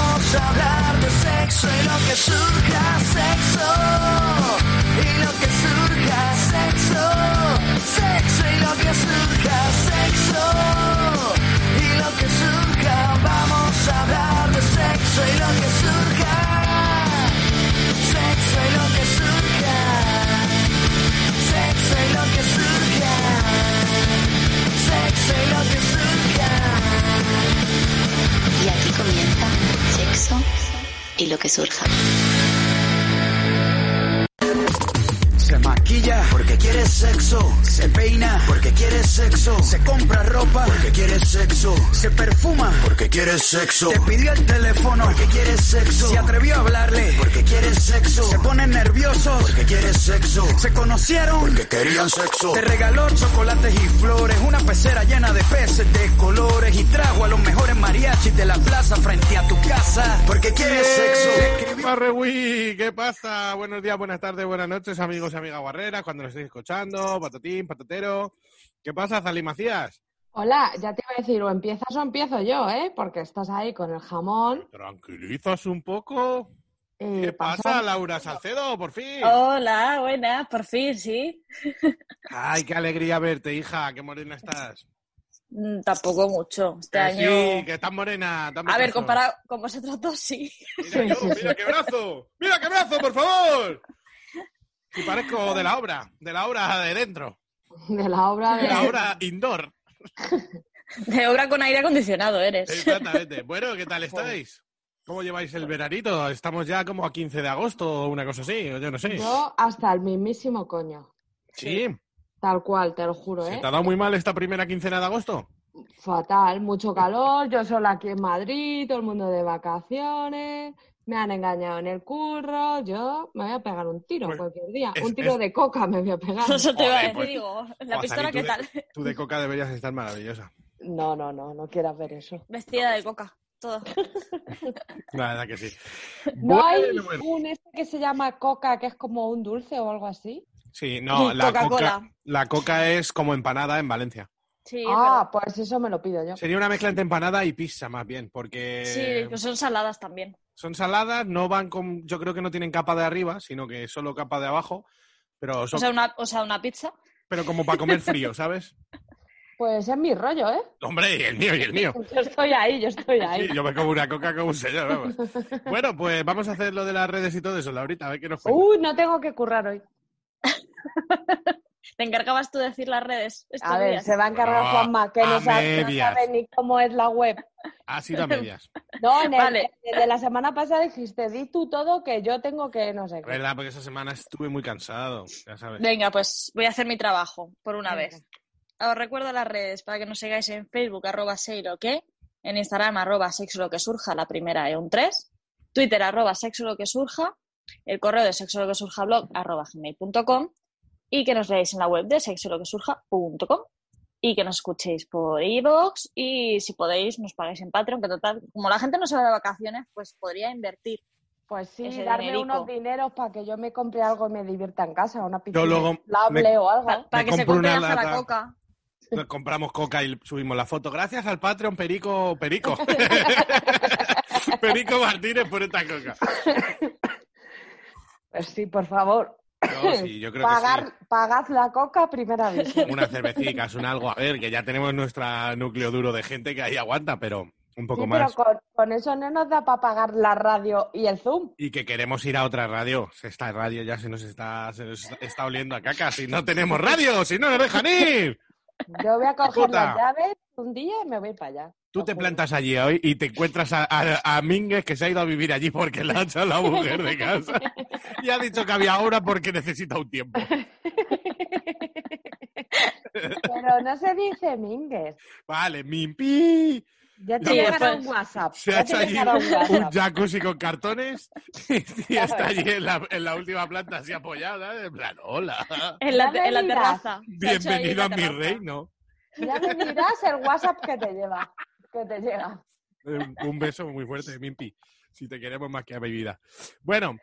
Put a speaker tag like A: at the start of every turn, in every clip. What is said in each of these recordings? A: hablar de sexo y lo que surja sexo. Y lo que surja sexo. Sexo y lo que surja sexo. Y lo que surja, vamos a hablar de sexo y lo que surja. Sexo y lo que surja. Sexo y lo que surja. Sexo y lo que surja.
B: Y aquí comienza sexo y lo que surja.
C: Se maquilla porque quiere sexo. Se peina porque quiere sexo. Se compra ropa porque quiere sexo. Se perfuma porque quiere sexo. Te pidió el teléfono porque quiere sexo. Se atrevió a hablarle porque quiere sexo. Se ponen nerviosos porque quiere sexo. Se conocieron porque querían sexo. Te regaló chocolates y flores. Una pecera llena de peces de colores. Y trajo a los mejores mariachis de la plaza frente a tu casa porque quiere sexo.
D: Marrewi, ¿qué pasa? Buenos días, buenas tardes, buenas noches, amigos y amigas guerreras, cuando nos estéis escuchando, patatín, patatero. ¿Qué pasa, Zali Macías?
E: Hola, ya te iba a decir, o empiezas o empiezo yo, ¿eh? Porque estás ahí con el jamón.
D: Tranquilizas un poco.
E: eh,
D: ¿Qué pasa,
E: pasando-
D: Laura Salcedo, por fin?
F: Oh. Hola, buenas, por fin, sí.
D: Ay, qué alegría verte, hija, qué morena estás.
F: Mm, Tampoco mucho. Este
D: Que
F: año.
D: Ah, Sí, que estás morena. dame
F: A ver,
D: besos.
F: comparado con vosotros dos, sí.
D: Mira, yo,
E: Sí, sí,
D: mira
E: sí.
D: qué brazo, mira qué brazo, por favor. Si parezco de la obra, de la obra de dentro,
E: De la obra
D: de
E: de...
D: la obra indoor.
F: De obra con aire acondicionado eres.
D: Exactamente. Bueno, ¿qué tal estáis? ¿Cómo lleváis el veranito? Estamos ya como a 15 de agosto o una cosa así, o yo no sé.
E: Yo hasta el mismísimo coño.
D: Sí,
E: Tal cual, te lo juro,
D: ¿se
E: ¿eh?
D: te ha dado muy mal esta primera quincena de agosto?
E: Fatal, mucho calor, yo sola aquí en Madrid, todo el mundo de vacaciones, me han engañado en el curro, yo me voy a pegar un tiro
D: Pues,
E: cualquier día,
D: es-
E: un tiro
D: es-
E: de coca me voy a pegar.
F: Eso te va a
D: Joder,
F: decir,
D: pues,
F: digo. La
D: Joder,
F: pistola,
D: tú
F: ¿qué
D: de-
F: tal?
D: Tú de coca deberías estar maravillosa.
E: No, no, no, no quieras ver eso.
F: Vestida de coca. Todo.
D: La verdad que sí.
E: ¿No hay
D: Bueno, bueno.
E: un este que se llama coca, que es como un dulce o algo así?
D: Sí, no, la
F: Coca-Cola.
D: coca, la coca es como empanada en Valencia.
F: Sí, es
E: ah, pues eso me lo pido yo.
D: Sería una mezcla entre empanada y pizza, más bien, porque
F: verdad. Sí, que son saladas también.
D: son saladas, no van con. Yo creo que no tienen capa de arriba, sino que solo capa de abajo, pero,
F: O
D: son,
F: sea, una, o sea, una pizza.
D: pero como para comer frío, ¿sabes?
E: Pues es mi rollo, ¿eh?
D: Hombre, y el mío, y el mío.
E: Yo estoy ahí, yo estoy ahí.
D: Sí, yo me como una coca como un señor, vamos. Bueno, pues vamos a hacer lo de las redes y todo eso, Laurita, a ver qué nos cuenta.
E: Uy, Uh, no tengo que currar hoy.
F: Te encargabas tú de decir las redes. estos
E: A ver,
F: días.
E: se va a encargar
D: No,
E: Juanma, que
D: Ah, a
E: no sabe, no
D: medias.
E: sabe ni cómo es la web.
D: Ha sido a medias.
E: No, en el,
F: Vale.
E: en el de la semana pasada dijiste, di tú todo que yo tengo que no sé qué.
D: ¿Verdad? Porque esa semana estuve muy cansado, ya sabes.
F: Venga, pues voy a hacer mi trabajo por una
E: Venga.
F: vez. Os recuerdo las redes para que nos sigáis en Facebook, arroba sei lo que, en Instagram, arroba sexo lo que surja, la primera es un 3, Twitter, arroba sexo lo que surja, el correo de sexo lo que surja blog, arroba gmail.com y que nos leáis en la web de sexo lo que surja.com y que nos escuchéis por iVoox y si podéis nos pagáis en Patreon, que total, como la gente no se va de vacaciones, pues podría invertir.
E: Pues sí,
F: Ese
E: darme
F: dinerico.
E: unos dineros para que yo me compre algo y me divierta en casa, una piscina
D: Yo luego
E: inflable
D: me-
E: o algo.
F: Pa- Para que se
D: compro
F: compre
D: una
F: hasta la
D: lata.
F: coca.
D: Nos compramos coca y subimos la foto. Gracias al Patreon Perico Perico. Perico Martínez por esta coca.
E: Pues sí, por favor,
D: No, sí, yo creo
E: pagar,
D: que
E: pagad la coca primera vez.
D: sí. Unas cervecitas, un algo. A ver, que ya tenemos nuestro núcleo duro de gente que ahí aguanta, pero un poco
E: Sí, pero
D: más.
E: con, con eso no nos da para pagar la radio y el Zoom.
D: Y que queremos ir a otra radio. Esta radio ya se nos está, se nos está oliendo a caca. Si no tenemos radio, si no nos dejan ir.
E: Yo voy a coger
D: Puta.
E: las llaves un día y me voy para allá.
D: Tú te plantas allí hoy y te encuentras a, a, a Mínguez que se ha ido a vivir allí porque la ha hecho la mujer de casa. Y ha dicho que había obra porque necesita un tiempo.
E: Pero no se dice Mingues.
D: Vale, Mimpi.
E: Ya te
F: Sí,
E: llegará
F: pues,
E: un WhatsApp.
D: Se ha
E: ya te
D: hecho allí
E: llegará un
D: un
E: WhatsApp.
D: jacuzzi con cartones y, y está allí en la, en la última planta así apoyada. En plan, hola.
F: En la,
E: Ya me
F: en la
E: dirás.
F: terraza. Se ha hecho ahí en
D: Bienvenido
F: la
D: a mi
F: terraza.
D: reino.
E: Ya me dirás el WhatsApp que te lleva. Que te llega.
D: Eh, Un beso muy fuerte, Mimpi. Si te queremos más que a mi vida. Bueno,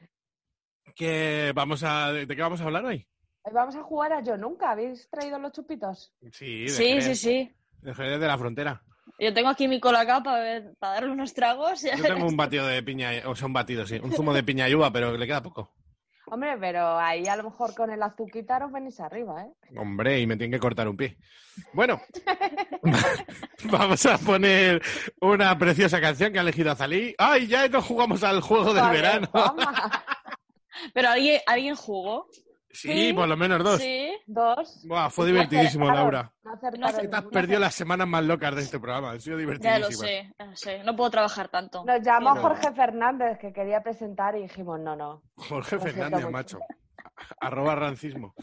D: que vamos a, ¿de qué vamos a hablar hoy?
E: Hoy Vamos a jugar a Yo Nunca. ¿Habéis traído los chupitos?
D: Sí, de
F: Sí, sí,
D: Jerez,
F: sí.
D: de Jerez de la Frontera.
F: Yo tengo aquí mi cola acá para, ver- para darle unos tragos. ya
D: Yo tengo
F: verás.
D: un batido de piña, y- o sea, un batido, sí, un zumo de piña y uva, pero le queda poco.
E: Hombre, pero ahí a lo mejor con el azuquita os venís arriba, ¿eh?
D: Hombre, y me tienen que cortar un pie. Bueno, vamos a poner una preciosa canción que ha elegido Azalí. ¡Ay, ya nos jugamos al juego del
E: Vale,
D: verano!
E: toma.
F: Pero alguien, alguien jugó.
D: Sí,
F: Sí.
D: por lo menos dos.
F: Sí.
E: Dos.
D: Buah, fue divertidísimo,
E: Claro,
D: Laura.
E: No
F: No
E: acertaron
F: acertaron.
D: Te has
E: ninguno.
D: perdido las semanas más locas de este programa. Han sido
F: Ya lo
D: divertidísimas.
F: sé, ya lo sé. No puedo trabajar tanto.
E: Nos llamó
D: Sí, no.
E: Jorge Fernández que quería presentar y dijimos no, no.
D: Jorge
E: Lo siento
D: Fernández,
E: mucho.
D: macho. Arroba rancismo.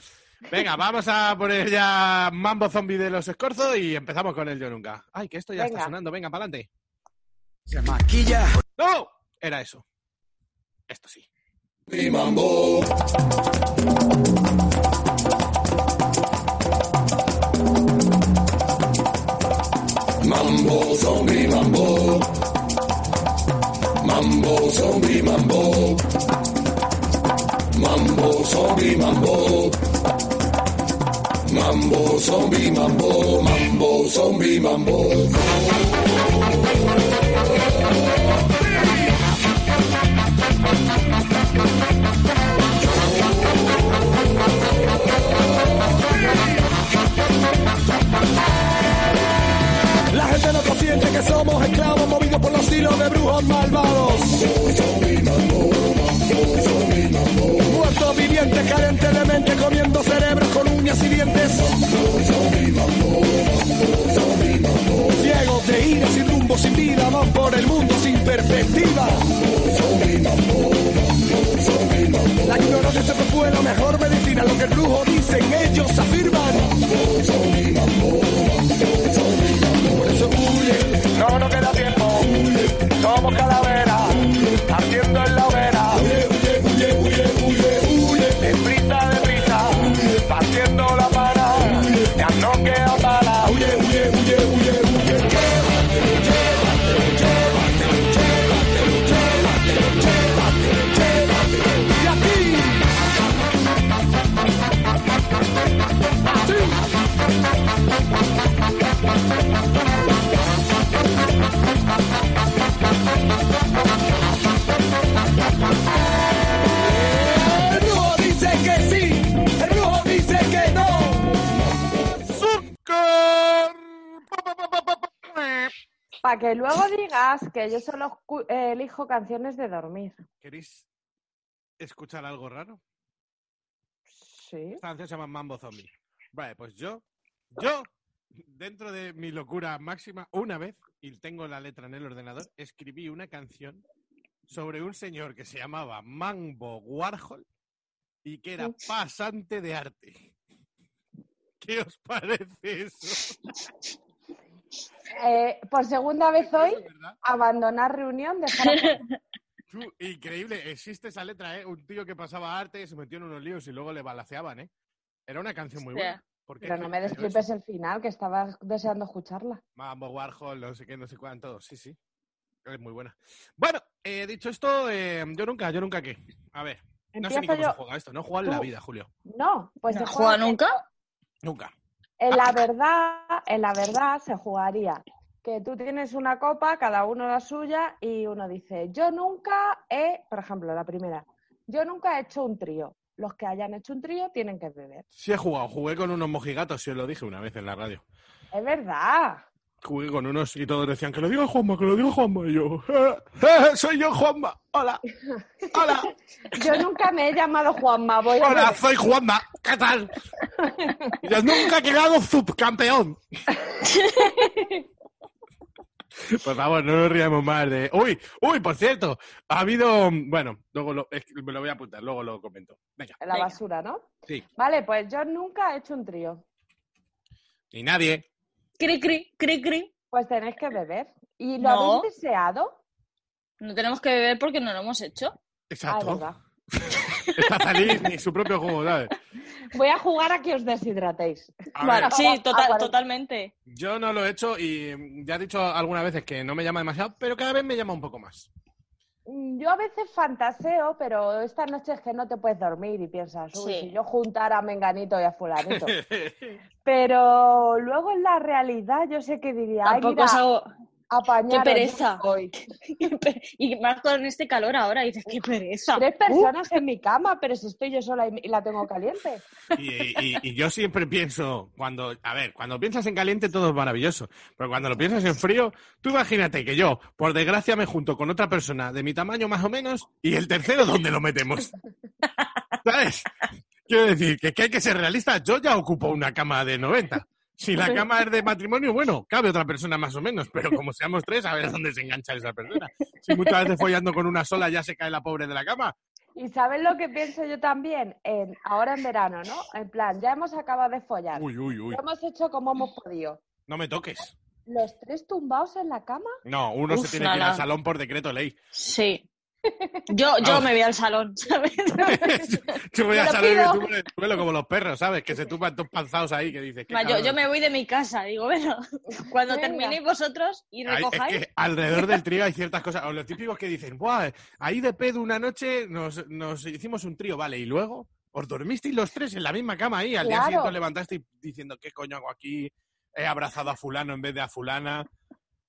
D: Venga, vamos a poner ya Mambo Zombie de los Escorzos y empezamos con el Yo Nunca. Ay, que esto ya está
E: Venga.
D: sonando. Venga, para adelante.
C: Se maquilla.
D: ¡No! Era eso. Esto sí.
G: La gente no consciente que somos esclavos movidos por los hilos de brujos malvados. Muertos vivientes, carentes de mente, comiendo cerebros con uñas y dientes. Ciegos de ira, sin rumbo, sin vida, van por el mundo sin perspectiva. La ignorancia siempre fue la mejor medicina, lo que el brujo dicen, ellos afirman. se huye, no nos queda tiempo, somos calaveras, ardiendo en la hoguera. Deprisa, deprisa, partiendo la para, ya no queda para. Huye, huye, huye, huye, huye. Y a ti. El brujo dice que sí, el brujo dice que no.
D: ¡Azúcar! Pa, pa, pa, pa, pa, pa.
E: Para que luego digas que yo solo escu- eh, elijo canciones de dormir.
D: ¿Queréis escuchar algo raro?
E: Sí.
D: Esta canción se llama Mambo Zombie. Vale, pues yo, yo, dentro de mi locura máxima, una vez, y tengo la letra en el ordenador, escribí una canción sobre un señor que se llamaba Mambo Warhol y que era pasante de arte. ¿Qué os parece eso?
E: Eh, por segunda vez hoy,
D: ¿Es verdad?
E: abandonar reunión, dejar a-
D: Tú, increíble, existe esa letra, ¿eh? Un tío que pasaba arte, se metió en unos líos y luego le balaceaban, ¿eh? Era una canción muy
F: Hostia.
D: buena. ¿Por qué
E: Pero no me
D: escribió
E: destripes
D: eso?
E: el final, que estaba deseando escucharla.
D: Mambo Warhol, no sé qué, no sé cuánto. Sí, sí. Es muy buena. Bueno, eh, dicho esto, eh, yo nunca, yo nunca qué. A ver, no sé ni
E: Empiezo
D: cómo se
E: yo.
D: juega esto. No juega en la
E: Tú.
D: vida, Julio.
E: No, pues
F: ¿No
E: se
F: has
E: juega
F: jugado nunca?
D: Nunca.
E: En la verdad, en la verdad se jugaría que tú tienes una copa, cada uno la suya, y uno dice, yo nunca he, por ejemplo, la primera, yo nunca he hecho un trío. Los que hayan hecho un trío tienen que beber.
D: Sí he jugado. Jugué con unos mojigatos, sí os lo dije una vez en la radio.
E: Es verdad.
D: Jugué con unos y todos decían que lo diga Juanma, que lo diga Juanma. Y yo, "Eh, eh, soy yo Juanma. Hola. Hola.
E: Yo nunca me he llamado Juanma, voy a
D: Hola,
E: beber.
D: soy Juanma. ¿Qué tal? Yo nunca he quedado subcampeón. Por favor, no nos riamos más de... Uy, uy, por cierto, ha habido... Bueno, luego lo, es que me lo voy a apuntar, luego lo comento. Venga,
E: En la
F: Venga.
E: basura, ¿no?
D: sí.
E: Vale, pues yo nunca he hecho un trío.
D: Y nadie.
F: Cri, cri, cri, cri.
E: Pues tenéis que beber. ¿Y lo
F: No.
E: habéis deseado?
F: No tenemos que beber porque no lo hemos hecho.
E: Ah, es
D: Exacto.
E: verdad.
D: Está salir ni su propio juego, ¿sabes?
E: Voy a jugar a que os deshidratéis.
D: A
F: Vale,
D: ver,
F: sí, total-
E: Ah, vale.
F: totalmente.
D: yo no lo he hecho y mm, ya he dicho algunas veces que no me llama demasiado, pero cada vez me llama un poco más.
E: mm, yo a veces fantaseo, pero estas noches que no te puedes dormir y piensas, uy,
F: Sí.
E: si yo juntara a Menganito y a Fulanito. pero luego en la realidad yo sé que diría, ay,
F: Tampoco
E: mira,
F: es algo...
E: apañaros, yo
F: qué pereza.
E: me voy.
F: y más con este calor ahora, dices, qué pereza.
E: Tres personas en mi cama, pero si estoy yo sola y y la tengo caliente.
D: Y, y- y yo siempre pienso, cuando, a ver, cuando piensas en caliente todo es maravilloso, pero cuando lo piensas en frío, tú imagínate que yo, por desgracia, me junto con otra persona de mi tamaño más o menos y el tercero, ¿dónde lo metemos? ¿Sabes? Quiero decir, que, es que hay que ser realista, yo ya ocupo una cama de 90. Si la cama es de matrimonio, bueno, cabe otra persona más o menos, pero como seamos tres, a ver dónde se engancha esa persona. Si muchas veces follando con una sola ya se cae la pobre de la cama,
E: ¿Y sabes lo que pienso yo también? En, ahora en verano, ¿no? En plan, ya hemos acabado de follar.
D: uy, uy, uy,
E: Lo hemos hecho como hemos podido.
D: no me toques.
E: ¿Los tres tumbados en la cama?
D: No, uno se
F: Uf,
D: tiene
F: no,
D: que ir al
F: no.
D: salón por decreto ley.
F: Sí. Yo, yo
D: Vamos.
F: me voy al salón, ¿sabes?
D: yo voy
E: Yo
D: al
E: lo
D: salón y me
E: pido.
D: tumbo en el suelo como los perros, ¿sabes? Que se tumban todos panzados ahí que dices que.
F: Va, yo, yo me voy de mi casa, digo, bueno, cuando
E: Venga.
F: terminéis vosotros y recojáis.
D: es que alrededor del trío hay ciertas cosas. O los típicos que dicen, ¡buah! Ahí de pedo una noche nos, nos hicimos un trío, vale, y luego os dormisteis los tres en la misma cama ahí. Al día
E: Claro.
D: siguiente os levantasteis diciendo, ¿qué coño hago aquí? He abrazado a Fulano en vez de a Fulana.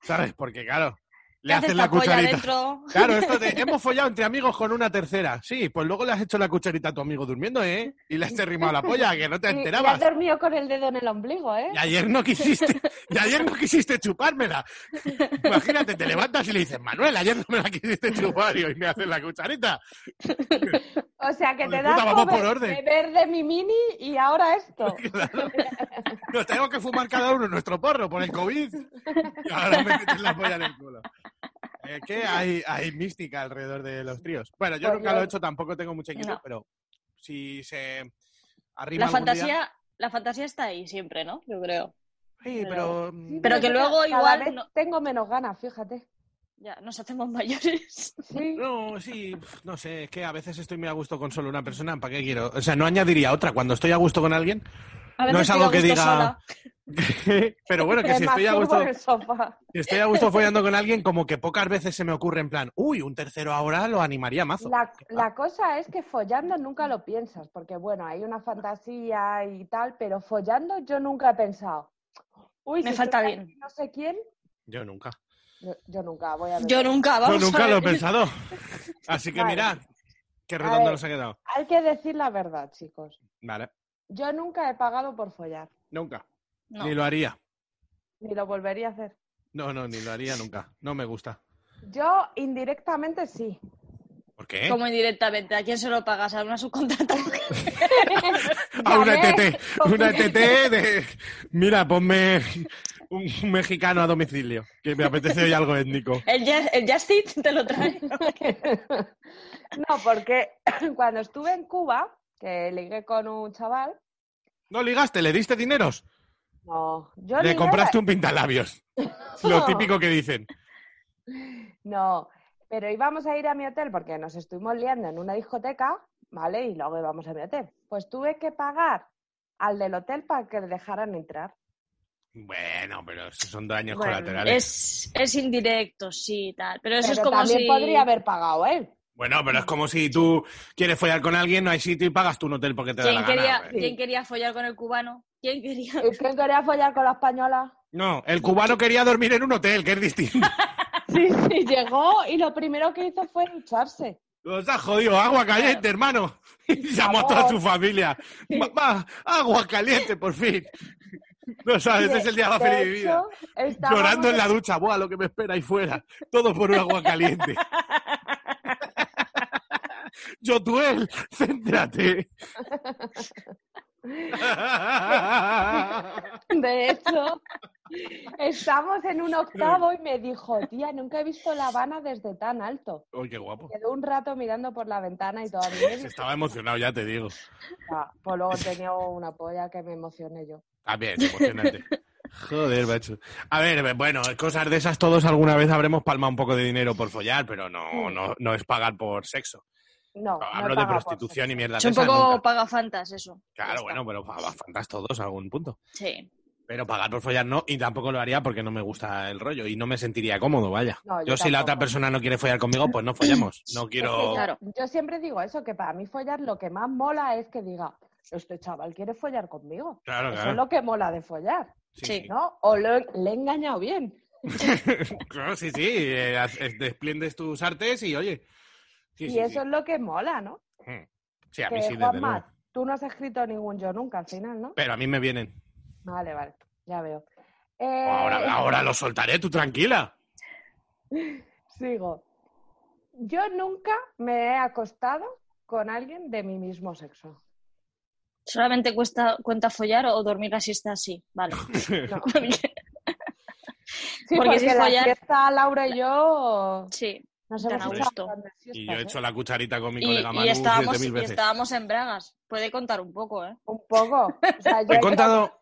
D: ¿Sabes? Porque, claro, le
F: ¿Qué haces
D: haces la
F: esta polla
D: cucharita.
F: dentro?
D: Claro, esto de hemos follado entre amigos con una tercera. Sí, pues luego le has hecho la cucharita a tu amigo durmiendo, ¿eh? Y le has arrimado la polla, que no te
E: Y- Y has
D: enterabas.
E: dormido con el dedo en el ombligo, ¿eh?
D: Y ayer no quisiste, y ayer no quisiste chupármela. Imagínate, te levantas y le dices, Manuel, ayer no me la quisiste chupar y hoy me haces la cucharita.
E: O sea, que
D: Hijo de
E: te
D: puta,
E: das
D: vamos
E: por
D: por orden.
E: beber de mi mini y ahora esto.
D: Claro. Nos tenemos que fumar cada uno nuestro porro por el COVID. Y ahora metes la polla en el culo. Es que hay, hay mística alrededor de los tríos. Bueno, yo
E: Pues
D: nunca
E: yo-
D: lo he hecho, tampoco tengo mucha inquietud,
F: No.
D: pero si se arriba
F: La fantasía, la fantasía está ahí siempre, ¿no? Yo creo.
D: Sí,
F: pero-
D: pero...
F: Pero que
E: Yo
F: luego
E: cada
F: igual
E: vez
F: no-
E: Tengo menos ganas, fíjate.
F: Ya, nos hacemos mayores.
E: Sí.
D: No, sí, pf, no sé, es que a veces estoy muy a gusto con solo una persona, ¿para qué quiero? O sea, no añadiría otra, cuando estoy a gusto con alguien,
F: A
D: No es algo
F: digo,
D: que
F: "Gusto
D: diga-
F: sola".
D: pero bueno, que
E: Me
D: si estoy a
E: masturbo
D: gusto,
E: en el sofá.
D: si estoy a gusto follando con alguien, como que pocas veces se me ocurre en plan, uy, un tercero ahora lo animaría mazo.
E: La, la cosa es que follando nunca lo piensas, porque bueno, hay una fantasía y tal, pero follando yo nunca he pensado. Uy,
F: Me
E: si
F: falta
E: estoy aquí
F: bien.
E: No sé quién.
D: Yo nunca.
E: Yo, yo nunca voy a ver.
F: Yo nunca,
D: Yo
F: vamos
D: nunca
F: a
D: lo he
F: ver.
D: pensado. Así que
E: Vale.
D: mirad, qué redondo
E: ver.
D: nos ha quedado.
E: Hay que decir la verdad, chicos.
D: Vale,
E: Yo nunca he pagado por follar,
D: nunca.
F: No.
D: Ni lo haría.
E: ni lo volvería a hacer.
D: No, no, ni lo haría nunca. No me gusta.
E: Yo indirectamente sí.
D: ¿Por qué?
F: Como indirectamente, ¿a quién se lo pagas? ¿A una subcontrata?
D: A Ah, una
E: Llamé.
D: ETT, una ETT de... Mira, ponme un mexicano a domicilio, que me apetece hoy algo étnico.
F: ¿El, Just- el Justin te lo trae?
E: No, porque cuando estuve en Cuba, que ligué con un chaval,
D: ¿No ligaste? ¿Le diste dineros?
E: no, yo
D: Le
E: ligué-
D: compraste un pintalabios.
F: Oh.
D: Lo típico que dicen.
E: No, pero íbamos a ir a mi hotel porque nos estuvimos liando en una discoteca, ¿vale? Y luego íbamos a mi hotel. Pues tuve que pagar al del hotel para que le dejaran entrar.
D: Bueno, pero esos son daños
F: Bueno,
D: colaterales.
F: es, es indirecto, sí, tal. Pero eso
E: pero
F: es como
E: también
F: si...
E: podría haber pagado él.
D: Bueno, pero es como si tú quieres follar con alguien, no hay sitio y pagas tu hotel porque te da la
F: ¿Quién
D: gana.
F: quería,
D: hombre.
F: ¿Quién quería follar con el cubano? ¿Quién quería...?
E: ¿Y quién quería follar con la española?
D: No, el cubano quería dormir en un hotel, que es distinto.
E: Sí, sí, llegó y lo primero que hizo fue ducharse.
D: Los ha jodido, agua caliente, hermano. Y llamó a toda su familia. Mamá, agua caliente, por fin. No sabes,
E: De-
D: es el día más
E: de
D: feliz de mi vida.
E: hecho, estábamos-
D: Llorando en la ducha, buah, lo que me espera ahí fuera. Todo por un agua caliente. Yotuel, céntrate.
E: De hecho, estamos en un octavo y me dijo, tía, nunca he visto La Habana desde tan alto.
D: Uy, qué guapo.
E: Quedó un rato mirando por la ventana y todavía...
D: Se estaba emocionado, ya te digo.
E: Ya, pues luego tenía una polla que me emocioné yo.
D: También, emocionante. Joder, macho. A ver, bueno, cosas de esas todos alguna vez habremos palmado un poco de dinero por follar, pero no, no, no es pagar por sexo.
E: No, no he
D: Hablo de
E: pagado por
D: prostitución y
E: sexo.
D: mierda
F: Es
D: de
F: un
D: esas
F: poco
D: nunca.
F: pagafantas eso. Ya
D: Claro,
F: está.
D: bueno, pero fantas todos a algún punto.
F: Sí.
D: Pero pagar por follar no, y tampoco lo haría porque no me gusta el rollo y no me sentiría cómodo, vaya.
E: No,
D: yo, si la otra
E: tampoco.
D: persona no quiere follar conmigo, pues no follamos. No
F: Es
D: quiero.
F: que, claro,
E: Yo siempre digo eso, que para mí follar lo que más mola es que diga, este chaval quiere follar conmigo.
D: Claro,
E: Eso es
D: claro.
E: lo que mola de follar,
D: Sí,
F: Sí.
D: sí.
E: ¿no? O lo he- le he engañado bien.
D: Claro, sí, sí. eh, haz- eh, despliendes tus artes y oye. Sí,
E: y
D: sí,
E: eso
D: sí.
E: es lo que mola, ¿no?
D: Mm. Sí, a mí
E: que,
D: sí, desde
E: Juanma,
D: luego.
E: tú no has escrito ningún yo nunca al final, ¿no?
D: Pero a mí me vienen.
E: Vale, vale, ya veo.
D: O
E: Eh,
D: Ahora, ahora lo soltaré, tú tranquila.
E: Sigo. Yo nunca me he acostado con alguien de mi mismo sexo.
F: solamente cuesta, cuenta follar o dormir la siesta así, vale.
E: No.
F: Porque-
E: Sí,
F: Porque
E: porque,
F: si
E: la
F: follar-
E: fiesta, Laura y yo
F: sí,
E: nos
F: tan
E: hemos
F: a
E: echado
F: gusto.
E: grandes
D: Y yo
E: fiestas,
D: he
E: ¿eh?
D: hecho la cucharita con mi
F: y,
D: colega
F: y
D: Manu
E: pues,
F: estábamos,
D: 7000
F: y
D: veces.
F: estábamos en Bragas. Puede contar un poco, ¿eh?
E: Un poco. O sea, yo
D: He
E: creo-
D: contado.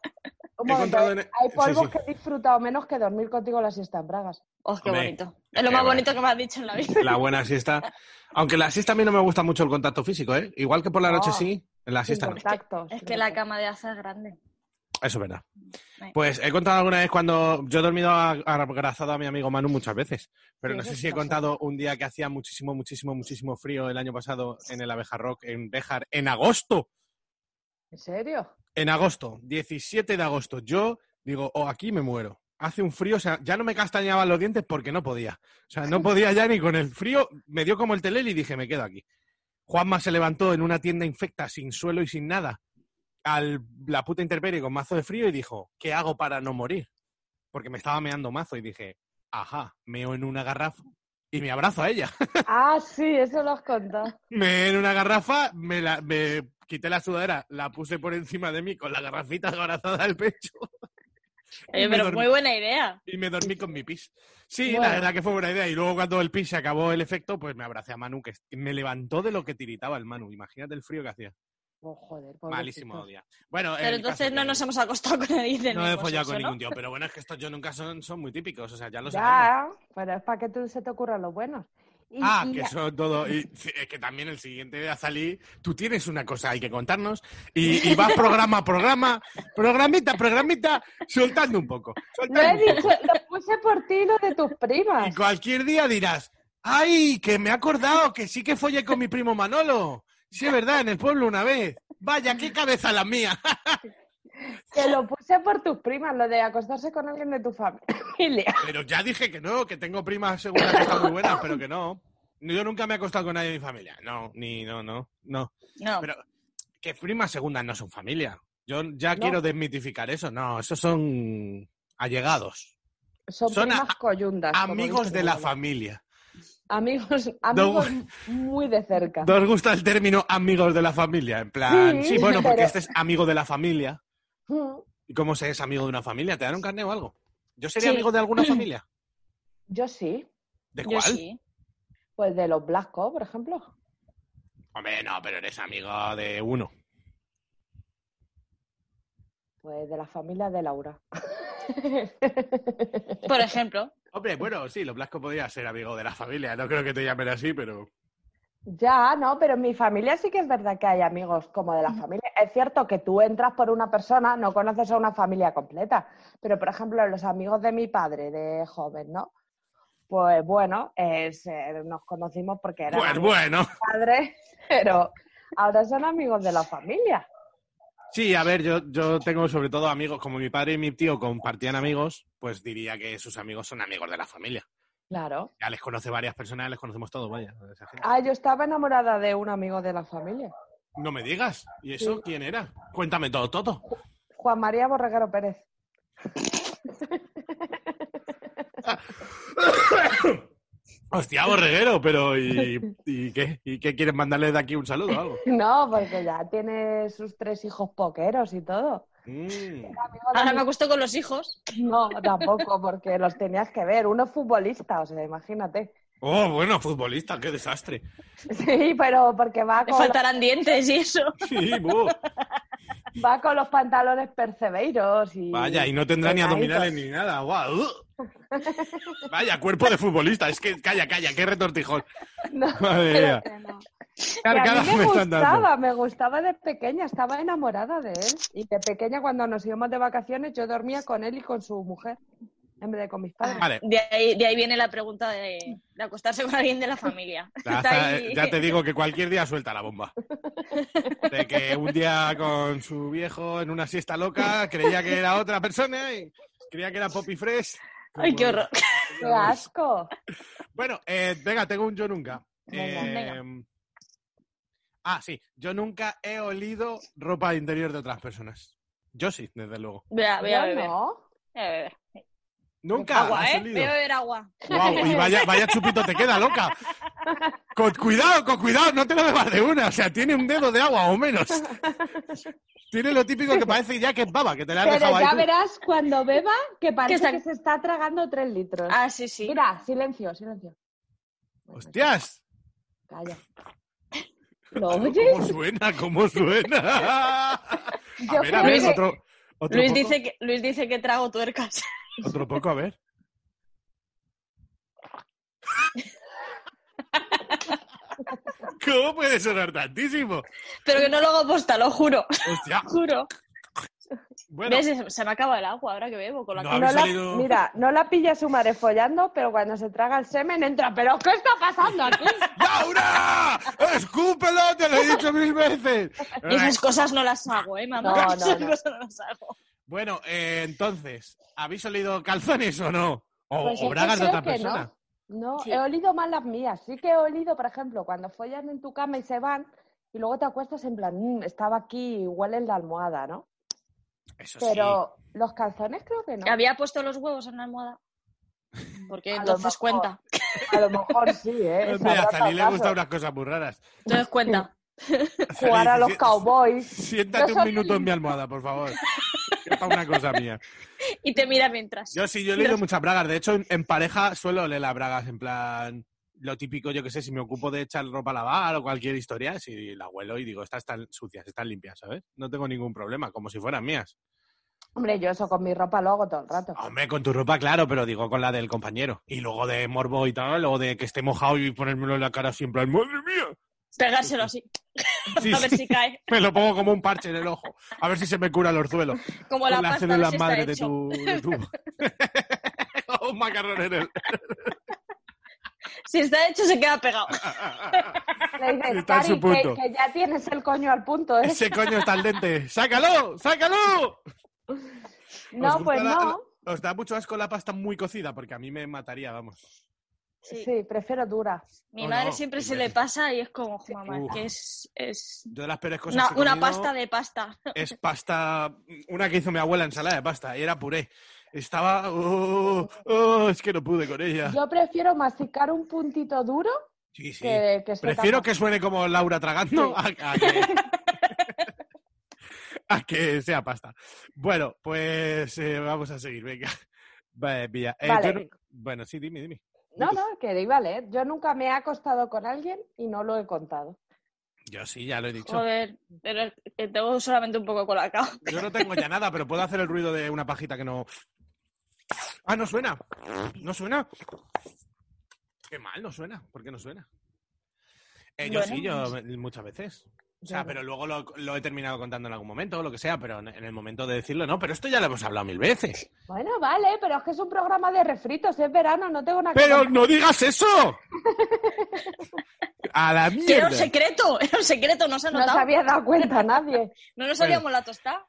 E: un
D: he
E: momento, eh,
D: contado en- e-,
E: Hay
D: sí,
E: polvos
D: sí.
E: que he disfrutado menos que dormir contigo las siestas en Bragas.
F: Oh, qué
D: Hombre,
F: bonito. Es lo
D: que
F: más
D: va.
F: bonito que me has dicho en la vida.
D: La buena siesta. Aunque la siesta a mí no me gusta mucho el contacto físico, ¿eh? Igual que por la
E: No.
D: noche sí, en la siesta no.
E: contacto.
F: Es que la cama de Aza es grande.
D: Eso es verdad.
F: Bueno.
D: Pues he contado alguna vez cuando yo he dormido a- abrazado a mi amigo Manu muchas veces, pero
E: Sí,
D: no
E: eso
D: sé
E: sí
D: si he
E: pasa.
D: contado un día que hacía muchísimo, muchísimo, muchísimo frío el año pasado en el Abeja Rock, en Béjar, en agosto,
E: ¿En serio?
D: en agosto, 17 de agosto. Yo digo, oh, aquí me muero. Hace un frío, o sea, ya no me castañaban los dientes porque no podía. O sea, no podía ya ni con el frío. Me dio como el telel y dije, me quedo aquí. Juanma se levantó en una tienda infecta, sin suelo y sin nada, a la puta intemperie con mazo de frío y dijo, ¿qué hago para no morir? Porque me estaba meando mazo y dije, ajá, meo en una garrafa y me abrazo a ella.
E: Ah, sí, eso lo has contado.
D: Me en una garrafa, me, la, me quité la sudadera, la puse por encima de mí con la garrafita abrazada al pecho
F: Oye,
D: me
F: pero
D: dormí.
F: muy buena idea.
D: y me dormí con mi pis. Sí,
E: Bueno.
D: la verdad que fue buena idea. Y luego cuando el pis se acabó el efecto, pues me abracé a Manu, que me levantó de lo que tiritaba el Manu. Imagínate el frío que hacía.
E: Oh, joder,
D: Malísimo
E: pobrecitos.
D: día. Bueno, el
F: Pero entonces
D: caso
F: no
D: que
F: nos hemos acostado con nadie del
D: No he
F: mismo
D: follado
F: sexo,
D: con
F: ¿no?
D: ningún tío, pero bueno, es que estos yo nunca son, son muy típicos, o sea, ya lo sabemos.
E: Ya, pero es para que tú se te ocurran los buenos. Y-
D: Ah,
E: y
D: que son todo. Y sí, es que también el siguiente de Azalí, tú tienes una cosa hay que contarnos y, y vas programa a programa, programita, programita, soltando un poco.
E: Lo
D: soltando
E: he
D: un poco.
E: dicho, lo puse por ti y lo de tus
D: Y
E: primas.
D: cualquier día dirás, ¡ay! Que me he acordado que sí que follé con mi primo Manolo. Sí, es verdad, en el pueblo una vez. Vaya, qué cabeza la mía.
E: Que lo puse por tus primas, lo de acostarse con alguien de tu familia.
D: Pero ya dije que no, que tengo primas seguras que están muy buenas, pero que no. Yo nunca me he acostado con nadie de mi familia. No, ni no, no, no.
F: No,
D: Pero que primas segundas no son familia. Yo ya quiero desmitificar eso. No, esos son allegados.
E: Son,
D: Son a-
E: primas coyundas. como
D: Amigos
E: dice
D: de la
E: mi abuela.
D: familia.
E: Amigos, amigos muy de cerca.
D: ¿No os gusta el término amigos de la familia? En plan, sí,
E: Sí,
D: bueno, porque
E: pero-
D: este es amigo de la familia.
E: Mm.
D: ¿Y cómo se es amigo de una familia? ¿Te dan un carnet o algo? ¿Yo sería
F: Sí.
D: amigo de alguna familia?
E: Yo sí,
D: ¿De
F: yo
D: cuál?
F: sí.
E: pues de los Blasco, por ejemplo.
D: Hombre, no, pero eres amigo de uno.
E: Pues de la familia de Laura.
F: Por ejemplo,
D: Hombre, bueno, sí, los Blasco podría ser amigo de la familia. No creo que te llamen así, pero.
E: Ya, no, pero en mi familia sí que es verdad que hay amigos como de la
D: Mm.
E: familia. Es cierto que tú entras por una persona, no conoces a una familia completa, pero por ejemplo, los amigos de mi padre de joven, ¿no? Pues bueno, es, eh, nos conocimos porque eran
D: Pues
E: amigos
D: bueno.
E: de padre, pero ahora son amigos de la familia.
D: Sí, a ver, yo, yo tengo sobre todo amigos, como mi padre y mi tío compartían amigos, pues diría que sus amigos son amigos de la familia.
E: Claro.
D: Ya les conoce varias personas, les conocemos todos, vaya. esa gente.
E: Ah, yo estaba enamorada de un amigo de la familia,
D: No me digas. ¿Y eso
E: Sí.
D: quién era? Cuéntame todo, todo.
E: Juan María Borregaro Pérez.
D: Hostia, borreguero, pero ¿y, y qué? ¿Y qué quieres mandarle de aquí un saludo o algo?
E: No, porque ya tiene sus tres hijos poqueros y todo.
D: Mm.
E: Amigo de
F: ahora
E: mi
F: me acostó con los hijos.
E: No, tampoco, porque los tenías que ver. Uno es futbolista, o sea, imagínate.
D: Oh, bueno, futbolista, qué desastre.
E: Sí, pero porque va
F: Le
E: con,
F: faltarán dientes y eso.
D: Sí, buh.
E: va con los pantalones percebeiros y...
D: Vaya, y no tendrá ni
E: Pegaditos.
D: abdominales ni nada. Guau. Uh. Vaya, cuerpo de futbolista. Es que, calla, calla, qué retortijón.
E: No,
D: Madre mía.
E: Y a
D: Carcadas
E: mí me
D: me están dando.
E: gustaba, me gustaba de pequeña, estaba enamorada de él. Y de pequeña, cuando nos íbamos de vacaciones, yo dormía con él y con su mujer, en vez de con mis padres.
D: Vale,
F: De ahí, de ahí viene la pregunta de, de acostarse con alguien de la familia.
D: ya,
F: Está
D: está,
F: ahí.
D: eh, ya te digo que cualquier día suelta la bomba. De que un día con su viejo en una siesta loca creía que era otra persona y creía que era Poppy Fresh.
F: Ay, qué horror.
E: ¡Qué asco!
D: Bueno, eh, venga, tengo un yo nunca.
E: Venga,
D: Eh, Ah, sí, yo nunca he olido ropa interior de otras personas. Yo sí, desde luego.
F: Vea, vea,
E: Yo
F: beber.
E: no.
F: Voy a beber.
E: Pues
D: Nunca
F: Agua,
D: has
F: ¿eh? Voy
D: olido.
F: a beber agua.
D: Guau, y vaya, vaya chupito te queda, loca. Con cuidado, con cuidado, no te lo bebas de una. O sea, tiene un dedo de agua o menos. Tiene lo típico que parece ya que es baba, que te la has dejado
E: Pero
D: ahí.
E: ya
D: tú.
E: verás cuando beba que parece
F: está-
E: que se está tragando tres litros.
F: Ah, sí, sí.
E: Mira, silencio, silencio.
D: ¡Hostias!
E: Calla. ¿Lo
D: ¿Cómo
E: oyes?
D: suena? ¿Cómo suena? A
E: Yo
D: ver, a
E: creo
D: ver,
F: que-
D: otro, otro
F: Luis
D: poco,
F: dice, que, Luis dice que trago tuercas.
D: otro poco, a ver. ¿Cómo puede sonar tantísimo?
F: Pero que no lo hago posta, lo juro.
D: Hostia,
F: Juro.
D: bueno,
F: ¿Ves? Se me acaba el agua ahora que bebo con la
D: No,
F: cara.
E: No la-
D: salido-
E: mira, no la pilla su madre follando, pero cuando se traga el semen entra. ¿Pero qué está pasando aquí?
D: ¡Laura! ¡Escúpelo! ¡Te lo he dicho mil veces!
F: Esas cosas no las hago, ¿eh, mamá?
E: No, no,
F: Esas
E: no.
F: cosas no las hago.
D: Bueno, eh, entonces, ¿habéis olido calzones o no? O,
E: Pues
D: o
E: es que
D: bragas de
E: creo
D: otra
E: que no.
D: persona.
E: No,
F: Sí.
E: he olido más las mías. Sí que he olido, por ejemplo, cuando follan en tu cama y se van, y luego te acuestas en plan, "Mm, estaba aquí, huele en la almohada, ¿no?
D: Eso
E: Pero los calzones creo que no.
F: Había puesto los huevos en la almohada. Porque
E: A lo
F: entonces
E: mejor.
F: cuenta.
E: A lo mejor sí, ¿eh?
D: sí.
E: Se
D: Hombre, a
E: habrá
D: Jalí le
E: pasado.
D: gustan unas cosas muy raras.
F: Entonces cuenta.
E: Jugar a los
D: Sí, sí.
E: cowboys.
D: Siéntate
E: Yo
D: un
E: soy-
D: minuto en mi almohada, por favor. Que es pa' una cosa mía.
F: Y te mira mientras.
D: Yo sí, yo he olido muchas bragas. De hecho, en, en pareja suelo oler las bragas. En plan, lo típico, yo que sé, si me ocupo de echar ropa a lavar o cualquier historia, si la huelo y digo, estas están sucias, están limpias, ¿sabes? No tengo ningún problema, como si fueran mías.
E: Hombre, yo eso con mi ropa lo hago todo el rato.
D: Hombre, con tu ropa, claro, pero digo con la del compañero. Y luego de morbo y tal, o de que esté mojado y ponérmelo en la cara siempre. ¡Madre mía!
F: Pegárselo así.
D: Sí,
F: A ver
D: sí,
F: si cae.
D: Me lo pongo como un parche en el ojo. A ver si se me cura el orzuelo.
F: Como
D: Con
F: la
D: las
F: pasta a ver
D: células
F: si
D: madre
F: está
D: de
F: hecho.
D: tu... de tu- O un macarrón en el...
F: Si está hecho, se queda pegado.
E: Le dices,
D: Ah, Está en
E: "Cari,
D: su
E: que,
D: punto".
E: que ya tienes el coño al punto, ¿eh?
D: Ese coño está al dente. ¡Sácalo! ¡Sácalo! ¿Os
E: No,
D: gusta
E: pues
D: la-
E: no.
D: la- ¿Os da mucho asco la pasta muy cocida? Porque a mí me mataría, vamos.
F: Sí.
E: Sí, prefiero dura.
F: Mi
D: Oh,
F: madre
D: no.
F: siempre
D: Sí,
F: se
D: me-
F: le pasa y es como, "Jo, mamá,
D: Uf.
F: que es, es
D: Yo de las peores cosas
F: una,
D: que he
F: una
D: comido-
F: pasta de pasta.
D: es pasta, una que hizo mi abuela ensalada de pasta y era puré. Estaba, oh, oh, es que no pude con ella.
E: Yo prefiero masticar un puntito duro
D: Sí, sí.
E: que, que esté
D: Prefiero
E: tan-
D: que suene como Laura tragando a, a que, a que sea pasta. Bueno, pues eh, vamos a seguir, venga. Vale, pilla. Eh,
E: Vale.
D: yo no- bueno, sí, dime, dime.
E: No, no, que iba a leer. Yo nunca me he acostado con alguien y no lo he contado.
D: Yo sí, ya lo he dicho.
F: Joder, pero es que tengo solamente un poco colacao.
D: Yo no tengo ya nada, pero puedo hacer el ruido de una pajita que no. Ah, no suena. No suena. Qué mal, no suena. ¿Por qué no suena? Eh, yo
F: Bueno,
D: sí, yo
F: no
D: eh, muchas veces. O sea, pero luego lo, lo he terminado contando en algún momento o lo que sea, pero en en el momento de decirlo no. Pero esto ya lo hemos hablado mil veces.
E: Bueno, vale, pero es que es un programa de refritos, es verano, no tengo nada que
D: ¡Pero
E: contar.
D: no digas eso! ¡A la
F: Que era
D: mierda!
F: un secreto, era un secreto, no se ha
E: No se
F: notado.
E: había dado cuenta nadie.
F: No nos sabíamos la tostada.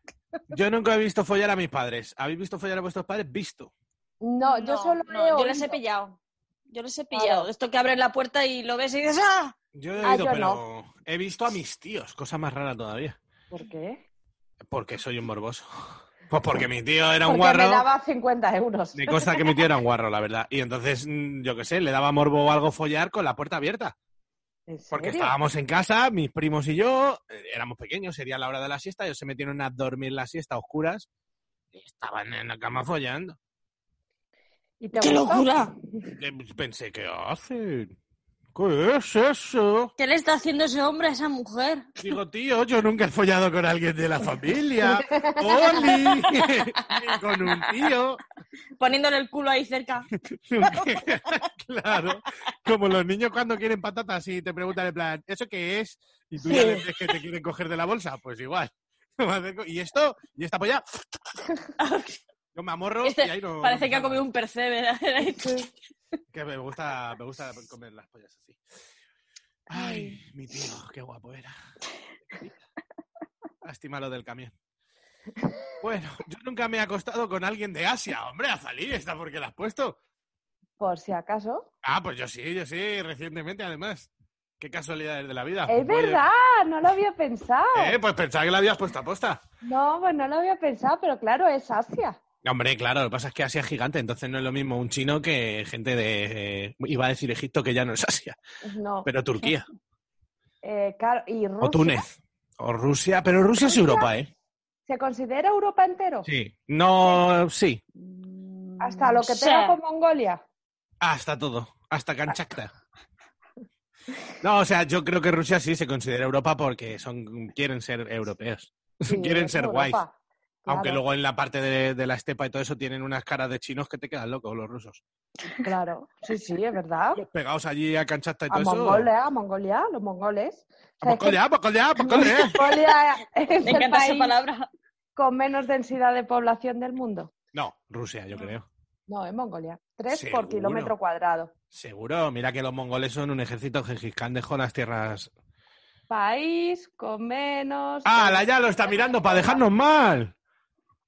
D: Yo nunca he visto follar a mis padres. ¿Habéis visto follar a vuestros padres? Visto.
E: No, yo solo
F: no,
E: he
F: yo les he
E: oído.
F: pillado. Yo les he
E: Claro.
F: pillado. Esto que abres la puerta y lo ves y dices, ¡ah!
D: Yo he
E: Ah,
D: oído,
E: yo
D: pero
E: no.
D: he visto a mis tíos, cosa más rara todavía.
E: ¿Por qué?
D: Porque soy un morboso. Pues porque mi tío era un
E: Porque
D: guarro.
E: me daba 50 euros.
D: Me consta que mi tío era un guarro, la verdad. Y entonces, mm, yo qué sé, le daba morbo o algo follar con la puerta abierta.
E: ¿En
D: Porque
E: serio?
D: estábamos en casa, mis primos y yo, eh, éramos pequeños, sería la hora de la siesta, ellos se metieron a dormir la siesta a oscuras y estaban en la cama follando.
E: ¿Y te
F: ¡Qué
E: gustó?
F: locura!
D: Eh, Pensé, ¿qué hacen? ¿Qué es eso?
F: ¿Qué le está haciendo ese hombre a esa mujer?
D: Digo, tío, yo nunca he follado con alguien de la familia. ¡Oli! Ni con un tío.
F: poniéndole el culo ahí cerca.
D: claro. Como los niños cuando quieren patatas y te preguntan en plan, ¿eso qué es? Y tú ya
F: Sí.
D: les ves que te quieren coger de la bolsa, pues igual. Me acerco, Y esto, y esta polla, yo me amorro
F: Este
D: y ahí no.
F: Parece que ha comido un percebe.
D: Que me gusta, me gusta comer las pollas así. Ay, mi tío, qué guapo era. Lástima lo del camión. Bueno, yo nunca me he acostado con alguien de Asia, hombre, a salir esta porque la has puesto.
E: Por si acaso.
D: Ah, pues yo sí, yo sí, recientemente además. Qué casualidades de la vida.
E: Es
D: Voy a-
E: verdad, no lo había pensado.
D: Ah, pues, Eh, pues pensaba que la habías puesto a posta.
E: No, pues no lo había pensado, pero claro, es Asia.
D: Hombre, claro, lo que pasa es que Asia es gigante, entonces no es lo mismo un chino que gente de... eh, iba a decir Egipto, que ya no es Asia,
E: No,
D: pero Turquía,
E: eh, claro, y Rusia.
D: o Túnez, o Rusia, pero Rusia es Europa, ¿eh?
E: ¿Se considera Europa entero?
D: Sí. No, sí,
E: Hasta lo que pega con Mongolia.
D: hasta todo, hasta Kanchakta. No, o sea, yo creo que Rusia sí se considera Europa porque son quieren ser europeos,
E: Sí,
D: quieren
E: es
D: ser
E: Europa.
D: guays. Aunque
E: Claro,
D: luego en la parte de, de la estepa y todo eso tienen unas caras de chinos que te quedan locos los rusos.
E: Claro, sí, sí, es verdad.
D: Los pegados allí a Kanchakta y todo
E: A
D: eso.
E: Mongolia, a Mongolia, los mongoles.
D: ¡A
E: O sea, es que
D: Mongolia, Mongolia, Mongolia!
E: Mongolia es
F: Me
E: el
F: encanta esa
E: país
F: palabra.
E: con menos densidad de población del mundo.
D: No, Rusia, yo creo.
E: No, es Mongolia. Tres por
D: Seguro.
E: kilómetro cuadrado.
D: Seguro, mira que los mongoles son un ejército. Gengis Khan dejó las tierras.
E: País con menos.
D: ¡Ah, la ya lo está mirando para dejarnos mal!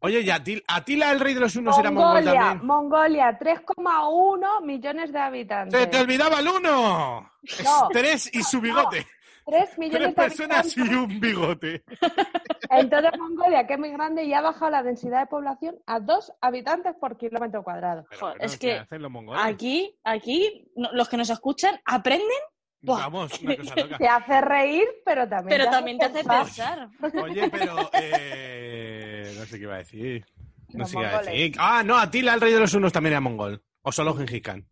D: Oye, y Atil- Atila, el rey de los unos, era mongol
E: Mongolia,
D: también.
E: Mongolia, 3,1 millones de
D: ¡Se te
E: habitantes.
D: olvidaba el uno!
E: No.
D: Tres y su bigote.
E: 3
D: Tres
E: millones de
D: personas
E: habitantes.
D: y un bigote.
E: En toda Mongolia, que es muy grande, y ha bajado la densidad de población a 2 habitantes por kilómetro cuadrado.
D: Pero
F: Joder,
D: bueno,
F: es
D: ¿qué
F: que
D: hacen los mongoles?
F: Aquí, aquí, no- los que nos escuchan aprenden, Buah.
D: Vamos, una cosa loca.
E: Te hace reír, pero también
F: pero también te hace pensar.
D: Oye, pero eh, no sé qué iba a decir. No
E: Los
D: sé qué iba a
E: mongoles.
D: decir. Ah, no, Atila, el rey de los unos, también era mongol. O solo Gengis Khan.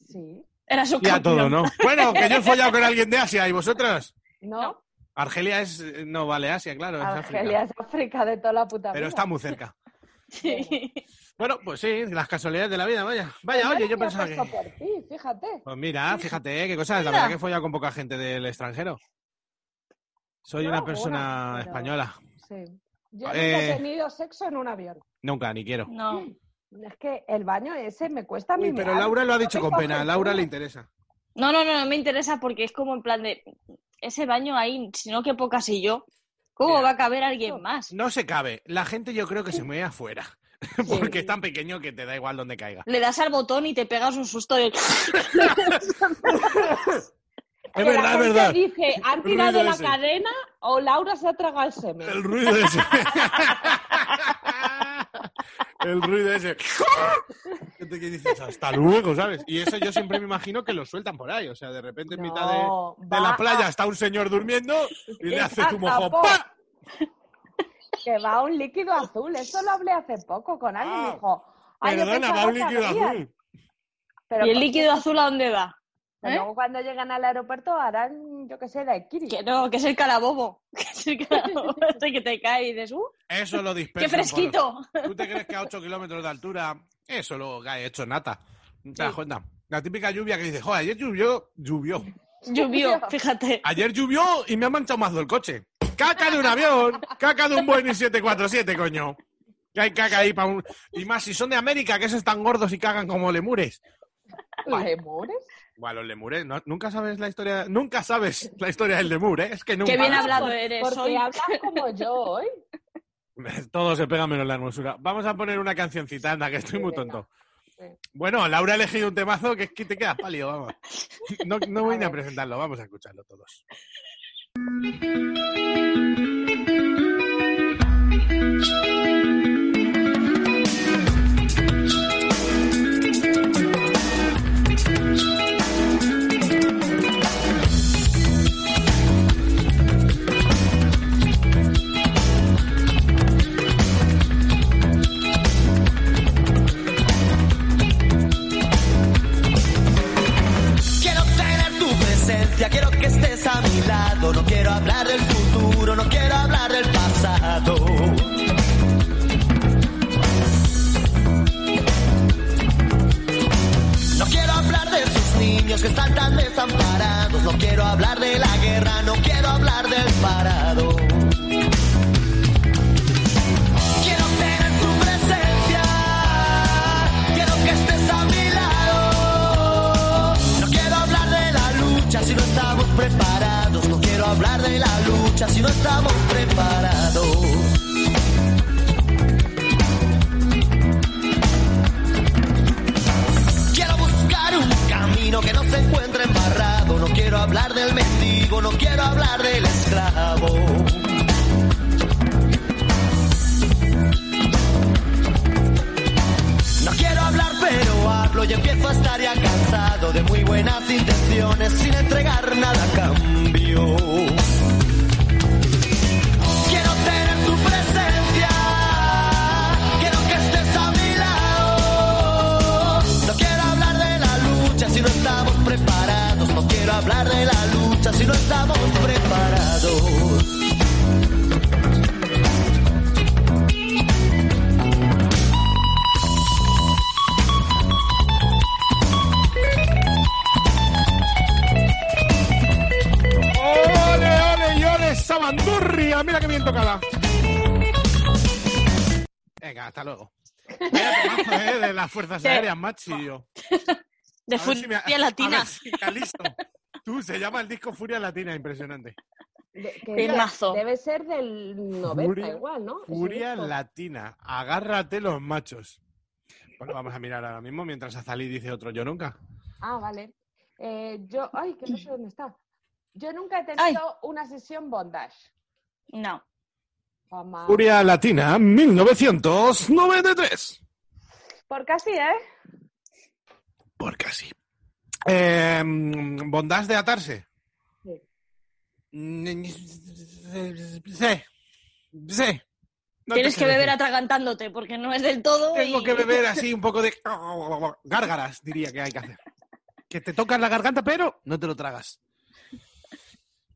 E: Sí.
F: Era su
D: Y a
F: campeón.
D: todo, ¿no? Bueno, que yo he follado con alguien de Asia. ¿Y vosotras?
E: ¿No?
F: No,
D: Argelia es... eh, No vale Asia, claro. es África.
E: Argelia es África de toda la puta
D: Pero
E: vida.
D: está muy cerca.
F: Sí.
D: Bueno, pues sí, las casualidades de la vida, vaya. Vaya,
E: No
D: oye,
E: lo
D: yo
E: había
D: pensaba que...
E: puesto por ti, fíjate.
D: Pues mira, fíjate, ¿eh? qué cosas. La
F: Mira.
D: verdad que he follado con poca gente del extranjero. Soy
E: Yo
D: una
E: alguna,
D: persona
E: pero-
D: española.
E: Sí. Yo nunca
D: Eh.
E: he tenido sexo en un avión.
D: Nunca, ni quiero.
F: No.
E: Es que el baño ese me cuesta a mí.
D: Uy, pero
E: mear.
D: Laura lo ha dicho
E: me
D: con pena.
E: coge
D: A
E: el
D: Laura
E: culo.
D: le interesa.
F: No, no, no, no me interesa porque es como en plan de ese baño ahí, si no que pocas y yo, ¿cómo
D: Mira.
F: va a caber alguien más?
D: No se cabe. La gente yo creo que se mueve afuera. Porque es tan pequeño que te da igual donde caiga.
F: Le das al botón y te pegas un susto de...
E: Que
D: Es
E: la
D: verdad, es
E: gente
D: verdad.
E: Dice, ¿han
D: Ruido
E: tirado la
D: ese.
E: cadena o Laura se ha tragado el semen?
D: El ruido ese. El ruido ese. Gente que dices, hasta luego, ¿sabes? Y eso yo siempre me imagino que lo sueltan por ahí. O sea, de repente en mitad de,
E: No,
D: de la
E: va
D: playa
E: a-
D: está un señor durmiendo y le hace tu mojo.
E: Exacto, po.
D: ¡pa!
E: Que va un líquido azul. Eso lo hablé hace poco con alguien.
D: Ah,
E: dijo, "Ay, yo
D: Perdona,
E: pensaba
D: va un
E: que
D: líquido
E: había".
D: azul.
E: Pero
F: ¿Y el líquido azul a dónde va?
E: que
F: ¿Eh?
E: luego cuando llegan al aeropuerto harán, yo qué sé, daiquiri.
F: Que no, que es el calabobo. Que es el calabobo este que te cae y dices, ¡uh!
D: Eso lo dispersa.
F: ¡Qué fresquito!
D: ¿Tú te crees que a 8 kilómetros de altura eso lo ha hecho nata? ¿Te das cuenta? La típica lluvia que dices, joder, ayer llovió, llovió.
F: Llovió, fíjate.
D: Ayer llovió y me ha manchado más del coche. Caca de un avión, caca de un Boeing 747, coño. Que hay caca ahí para un... Y más si son de América, que esos están gordos y cagan como lemures.
E: ¿Lemures?
D: Bueno, los lemures, no- nunca sabes la historia, nunca sabes la historia del lemur, ¿eh? Es que nunca.
F: ¡Qué bien
D: lo
F: hablado eres!
E: Porque
F: Soy...
E: hablas como yo hoy.
D: sabes. Todo se pega menos la hermosura. Vamos a poner una cancioncita, anda, que estoy muy
E: venga.
D: tonto.
E: Sí.
D: Bueno, Laura ha elegido un temazo que es que te quedas pálido, vamos. No, no voy ni a presentarlo, vamos a escucharlo todos.
A: Quiero tener tu presencia, quiero que estés a mi lado. No quiero hablar del futuro, no quiero hablar del pasado. niños que están tan desamparados. No quiero hablar de la guerra, no quiero hablar del parado. Quiero tener tu presencia, quiero que estés a mi lado. No quiero hablar de la lucha si no estamos preparados. No quiero hablar de la lucha si no estamos preparados. Quiero buscar un camino que no se encuentre embarrado. No quiero hablar del mendigo, no quiero hablar del esclavo. No quiero hablar, pero hablo y empiezo a estar ya cansado de muy buenas intenciones sin entregar nada a cambio. Quiero tener tu presencia, quiero que estés a mi lado. No quiero hablar de la lucha si no estamos preparados. No quiero hablar de la lucha si no estamos preparados.
D: ¡Ole, ole y ole, Samandurria! ¡Mira qué bien tocada! Venga, hasta luego. Mira temazo, ¿eh? de las Fuerzas
F: Sí.
D: Aéreas, macho.
H: De
D: A ver si me-
H: furia
D: a
H: latina.
D: ver si Calisto. Tú, se llama el disco Furia Latina, impresionante.
E: De- que
F: Temazo.
E: debe, debe ser del 90
D: Furia-
E: igual, ¿no? Ese
D: Furia
E: disco.
D: Latina, agárrate los machos. Bueno, vamos a mirar ahora mismo mientras Azalí dice otro yo nunca.
E: Ah, vale. Eh, yo, ay, que no sé dónde está. Yo nunca he tenido
F: Ay.
E: una sesión bondage.
F: No.
E: Jamás.
D: Furia Latina, 1993.
E: Porque así, ¿eh?
D: Porque así. Eh, bondage de atarse.
E: Sí.
D: Mm, Sí. Sí. No te
F: Tienes
D: sé
F: que beber
D: decir.
F: atragantándote porque no es del todo.
D: Tengo
F: y-
D: que beber así un poco de gárgaras, diría que hay que hacer. Que te tocas la garganta, pero no te lo tragas.